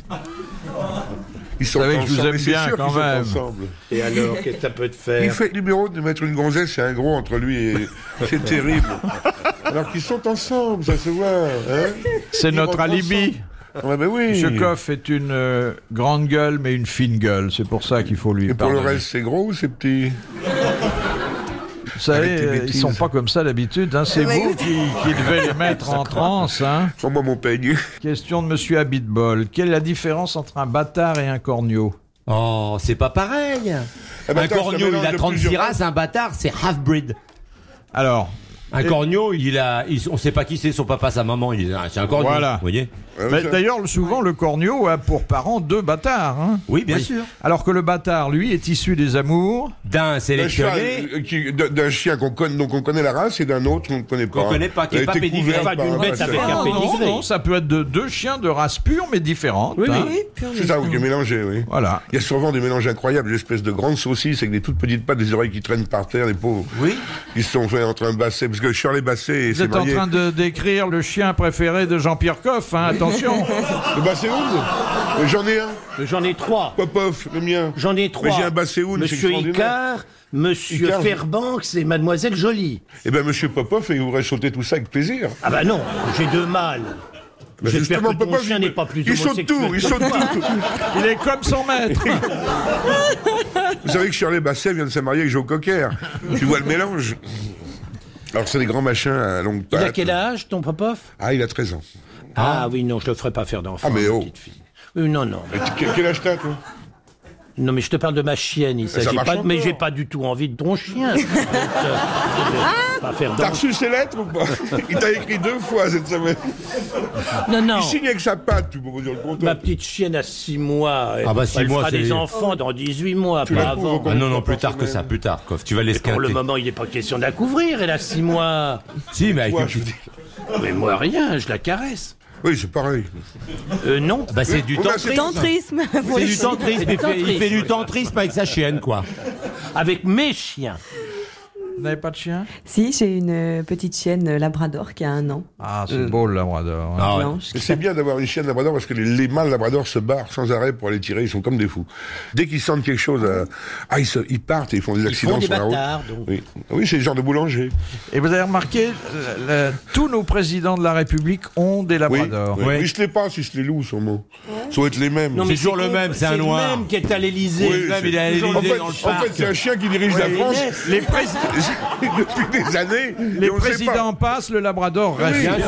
S7: Ils sont
S3: Vous savez que je
S7: ensemble,
S3: vous aime
S7: mais c'est
S3: bien,
S7: sûr
S3: quand
S7: qu'ils sont
S3: même.
S7: ensemble.
S8: Et alors, qu'est-ce que ça peut
S7: Il
S8: te faire
S7: fait le numéro de mettre une gonzesse et un gros entre lui
S3: <laughs>
S7: et... C'est terrible. Alors qu'ils sont ensemble, ça se voit. hein
S3: C'est
S7: Ils
S3: notre
S7: rentrent
S3: alibi.
S7: ensemble. Ouais, ben oui.
S3: Monsieur Coff est une euh, grande gueule, mais une fine gueule. C'est pour ça qu'il faut lui
S7: Et pour le
S3: pardonner.
S7: reste, c'est gros ou c'est petit
S3: Vous savez,
S7: Avec tes
S3: euh, ils
S7: bêtises.
S3: sont pas comme ça d'habitude. hein. C'est vous qui, qui devez les mettre en transe. hein.
S7: Prends-moi mon peigne.
S3: Question de Monsieur Habitbol. Quelle est la différence entre un bâtard et un corneau
S5: Oh, c'est pas pareil.
S7: Eh ben,
S5: un
S7: attends, c'est
S5: corneau, il
S7: mélange
S5: a
S7: de
S5: 36
S7: plusieurs
S5: races, un bâtard, c'est half-breed.
S3: Alors,
S5: Un corneau, il a, il- on sait pas qui c'est, son papa, sa maman, il est- c'est un corneau.
S3: Voilà.
S5: Vous voyez
S7: Ah,
S3: bah,
S7: ça-
S3: d'ailleurs, souvent, le corneau a pour parents deux bâtards. hein.
S5: Oui, bien sûr.
S3: Alors que le bâtard, lui, est issu des amours.
S5: D'un
S7: D'un
S5: sélectionné.
S7: cheval, euh, qui- d'un- d'un chien qu'on connaît, dont on connaît la race et d'un autre qu'on ne connaît pas.
S5: Qu'on connaît pas, qui est
S7: Elle a
S5: pas
S7: été
S5: pédigré.
S7: couverte
S5: Enfin,
S7: par
S5: d'une
S7: un
S5: bête
S7: race.
S5: avec
S3: Ah,
S5: un
S3: non,
S5: pédigré.
S3: non, ça peut être de deux chiens de race pure, mais différentes. hein.
S7: C'est ça, ou des mélanges, oui.
S3: Voilà.
S7: Il y a souvent des mélanges incroyables, des espèces de grandes saucisses avec des toutes petites pattes, des oreilles qui traînent par terre, les pauvres.
S5: Oui.
S7: Ils se sont fait entre un basset, parce que Shirley Basset
S3: Vous
S7: s'est
S3: êtes en
S7: marié.
S3: train de décrire le chien préféré de Jean-Pierre Coff, hein, attention
S7: Le basset hound Mais J'en ai un,
S4: J'en ai trois.
S7: Popoff, le mien.
S4: J'en ai trois.
S7: Mais j'ai un basset hound, c'est
S4: Monsieur
S7: extraordinaire.
S4: Icard, Monsieur
S7: Icard, je-
S4: Fairbanks et Mademoiselle Jolie.
S7: Eh ben, monsieur Popoff, il voudrait sauter tout ça avec plaisir.
S4: Ah bah non, j'ai deux mâles.
S7: Ben,
S4: J'espère que ton
S7: Popoff,
S4: chien
S7: il-
S4: n'est pas plus
S7: Il saute tout, il
S4: homosexuel.
S7: saute tout.
S3: Il est comme son maître
S7: Vous savez que Shirley Basset vient de se marier avec Joe Cocker. tu vois le mélange Alors, c'est des grands machins à longue
S4: Il
S7: patte.
S4: a quel âge, ton Popoff
S7: Ah, il a 13 ans.
S4: Ah oui, non, je le ferai pas faire d'enfant.
S7: Ah, mais
S4: ma
S7: oh.
S4: petite fille. Euh, Non, non.
S7: Et tu- Quel âge t'as, toi
S4: Non, mais je te parle de ma chienne. Il s'agit
S7: marche
S4: pas. de- Mais
S7: encore.
S4: j'ai pas du tout envie de ton
S7: <laughs>
S4: chien. Donc, euh, je vais pas faire
S7: Ah T'as
S4: d'enfant.
S7: reçu ses lettres
S4: <laughs>
S7: ou pas Il t'a écrit deux fois cette semaine.
S4: Non, non.
S7: Il signe avec sa patte, tu peux vous dire le
S4: Ma
S7: contraire.
S4: petite chienne a 6 mois. Elle,
S5: Ah bah, six
S4: elle
S5: mois,
S4: fera
S5: c'est-
S4: des enfants dans 18 mois,
S7: la
S4: pas
S7: couvres
S4: avant.
S7: quand
S5: Ah non, non,
S7: Combien de
S5: plus
S7: fois par
S5: tard que ça,
S7: semaine
S5: plus tard, Koff. Tu vas
S4: Pour le
S5: l'esquinter.
S4: moment, il n'est pas question de la couvrir. Elle a 6 mois.
S5: Si, mais avec
S7: Toi,
S5: une
S7: je veux
S5: petite-
S7: dire.
S4: Mais moi, rien. Je la caresse.
S7: Oui, c'est pareil.
S4: Euh, non.
S5: Bah, c'est du
S7: Oh, bah,
S5: temps.
S7: c'est-
S2: Tantrisme.
S5: C'est du tantrisme. Il fait, il fait du tantrisme avec sa chienne, quoi.
S4: Avec mes chiens.
S3: Vous n'avez pas de chien
S2: Si, j'ai une euh, petite chienne euh, labrador qui a un an,
S3: Ah, c'est beau le labrador. hein.
S5: Ah ouais.
S2: blanche.
S7: C'est bien d'avoir une chienne labrador parce que les, les mâles labrador se barrent sans arrêt pour aller tirer, ils sont comme des fous. Dès qu'ils sentent quelque chose, euh, ah, ils, se- ils partent et ils font des accidents
S4: font des
S7: sur la route.
S4: bâtards, donc.
S7: Oui, oui c'est le genre de boulanger.
S3: Et vous avez remarqué, euh, le- tous nos présidents de la République ont des
S7: Oui.
S3: labradors.
S7: oui.
S5: Ouais.
S7: Ils se les passent, ils se les louent sûrement. Ça doit être les mêmes.
S5: mais- toujours le même, c'est un noir.
S4: le même qui est à l'Élysée.
S7: Oui,
S5: même,
S7: c'est-
S5: il est allé
S7: en
S5: l'Élysée
S7: fait,
S5: dans le
S7: en
S5: parc.
S7: fait, c'est un chien qui dirige la France <laughs>
S3: Les, prés-
S7: depuis des années.
S3: les
S7: et on sait pas.
S3: présidents passent, le labrador reste.
S7: Oui.
S5: Bien sûr.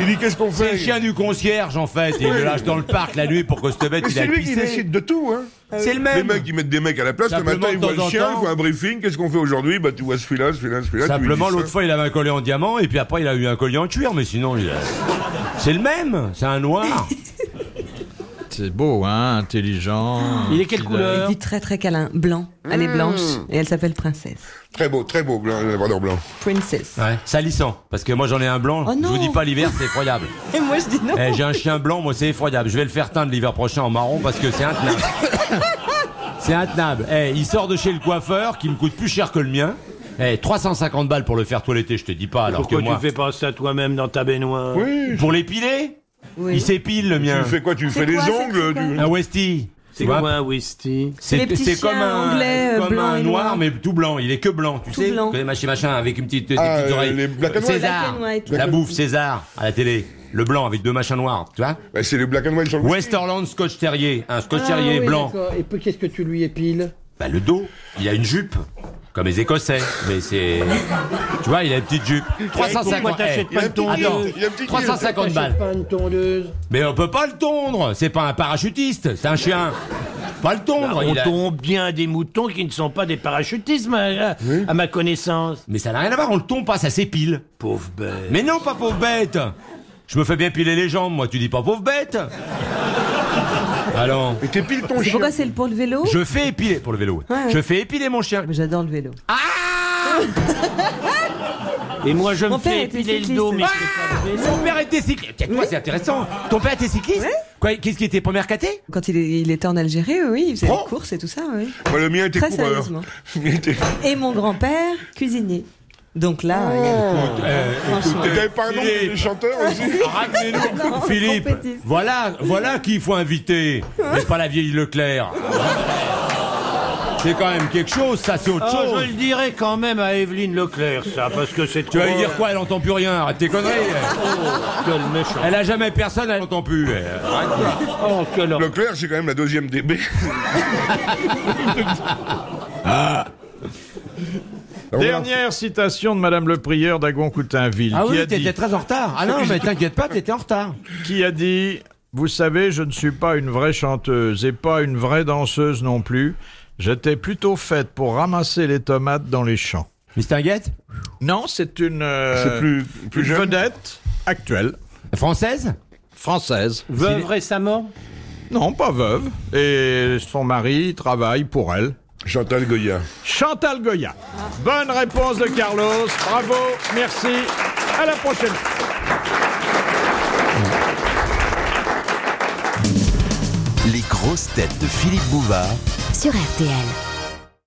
S7: Il dit qu'est-ce qu'on
S5: C'est
S7: fait
S5: le chien du concierge, en fait. Il le lâche dans le parc la nuit pour que cette bête,
S7: Mais
S5: il a
S7: c'est lui qui décide de tout, hein.
S5: C'est le
S7: Les
S5: même.
S7: mecs, ils mettent des mecs à la place, le
S5: Simplement,
S7: matin, ils
S5: de
S7: voient
S5: temps
S7: le
S5: en
S7: chien, ils
S5: temps.
S7: font un briefing, qu'est-ce qu'on fait aujourd'hui Bah, tu vois celui-là, celui-là, celui-là. tu lui
S5: Simplement,
S7: dis ça.
S5: l'autre fois, il avait un collier en diamant, et puis après, il a eu un collier en cuir, mais sinon, il a- c'est le même. C'est un noir.
S2: <laughs>
S3: C'est beau, hein, intelligent.
S4: Il est quelle couleur
S2: Il dit très très câlin, blanc. Elle est blanche et elle s'appelle Princesse.
S7: Très beau, très beau, blanc, le labrador blanc.
S2: Princess.
S5: Ouais. Salissant. Parce que moi, j'en ai un blanc.
S2: Oh
S5: je
S2: non.
S5: vous dis pas l'hiver,
S2: <laughs>
S5: c'est effroyable.
S2: Et moi je dis non.
S5: Eh, j'ai un chien blanc, moi, c'est effroyable. Je vais le faire teindre l'hiver prochain en marron parce que
S2: <laughs>
S5: c'est intenable. c'est intenable. Eh, il sort de chez le coiffeur qui me coûte plus cher que le mien. Eh, 350 balles pour le faire toiletter, je te dis pas, alors
S4: Pourquoi
S5: que moi.
S4: tu fais pas ça toi-même dans ta baignoire
S7: Oui.
S5: Pour l'épiler Il s'épile le mien.
S7: Tu fais quoi Tu fais
S2: C'est
S7: les
S2: quoi, c'est
S7: ongles
S2: quoi
S7: tu-
S5: Un Westie.
S4: C'est
S5: tu vois
S4: quoi un Westie
S2: les petits chiens anglais, euh,
S5: comme
S2: blancs
S5: un
S2: et
S5: noir,
S2: noirs.
S5: mais tout blanc. Il est que blanc, tu
S2: Tout
S5: sais.
S2: blanc.
S5: Comme les Machin, machin, avec une petite, des
S7: Ah,
S5: petites
S7: euh,
S5: oreilles.
S7: les black and white.
S5: César.
S2: Black and white.
S5: La bouffe, César, à la télé. Le blanc avec deux machins noirs, tu vois.
S7: Bah, c'est les black and white sur le
S5: Westerland Scotch Terrier, un Scotch Terrier blanc.
S8: Et puis qu'est-ce que tu lui épiles
S5: Bah, le dos, il a une jupe, comme les Écossais, mais <laughs> c'est. tu vois, il a une petite jupe. 350
S4: t'achètes pas
S5: eh,
S7: le ton
S5: attends,
S7: Il a une petite gueule.
S5: 350 balles.
S8: Pas une tondeuse.
S5: Mais on peut pas le tondre, c'est pas un parachutiste, c'est un chien. Pas le tondre,
S4: Ah, On
S5: il a-
S4: tombe bien des moutons qui ne sont pas des parachutismes, à, à- à ma connaissance.
S5: Mais ça n'a rien à voir, on le tombe pas, ça s'épile.
S4: Pauvre bête.
S5: Mais non, pas pauvre bête Je me fais bien piler les jambes, moi, tu dis pas pauvre bête Alors,
S7: Et t'épiles ton
S2: C'est
S7: chien.
S2: pourquoi c'est le pour le vélo
S5: je fais épiler, pour le vélo,
S2: Ouais, ouais.
S5: je fais épiler mon chien.
S2: J'adore le vélo.
S4: Et moi, je me
S2: Mon père
S4: fais
S2: était
S4: épiler le
S2: cycliste.
S4: dos, mais
S5: Ah
S4: je fais pas de vélo.
S5: Ton père était cycliste. Tiens, toi, c'est intéressant. Ton père était cycliste Quoi, Qu'est-ce qui était première caté
S2: Quand il, est- il était en Algérie, oui, il faisait
S5: Oh.
S2: des courses et tout ça. Oui.
S7: Moi, le mien était
S2: Très
S7: coureur. <laughs>
S2: sérieusement.
S7: Le mien était-
S2: Et mon grand-père, cuisinier. Donc là, euh, franchement.
S7: Et T'avais pas un nom
S5: Philippe. <laughs>
S7: de chanteur
S4: Ah,
S7: aussi
S2: Non,
S5: Ramenez-nous, <laughs> Philippe.
S2: trompettiste.
S5: Voilà, voilà qui il faut inviter. Mais pas la vieille Leclerc. C'est quand même quelque chose, ça, c'est autre
S4: Ah,
S5: chose.
S4: je le dirais quand même à Evelyne Leclerc, ça, parce que c'est
S5: Tu vas
S4: trop-
S5: lui dire quoi Elle entend plus rien. Arrête tes conneries.
S4: Quel méchant.
S5: Elle a jamais personne, elle n'entend plus. elle.
S4: Oh, quel or-
S7: Leclerc, c'est quand même la deuxième
S3: <laughs>
S7: DB. Ah. Au revoir.
S3: Dernière citation de Madame Le Prieur d'Agon-Coutainville, qui, a dit,
S5: Ah très en retard.
S3: <laughs>
S5: Ah non, mais t'inquiète pas, t'étais en retard.
S3: qui a dit Vous savez, je ne suis pas une vraie chanteuse et pas une vraie danseuse non plus. J'étais plutôt faite pour ramasser les tomates dans les champs.
S5: Mais Tinguette
S3: Non, c'est une, euh,
S7: C'est plus- plus
S3: une
S7: jeune
S3: vedette actuelle,
S5: Française
S3: française.
S4: Veuve récemment
S3: Non, pas veuve. Et son mari travaille pour elle.
S7: Chantal Goya.
S3: Chantal Goya. Bonne réponse de Carlos. Bravo, merci. À la prochaine.
S1: Les grosses têtes de Philippe Bouvard
S9: sur RTL.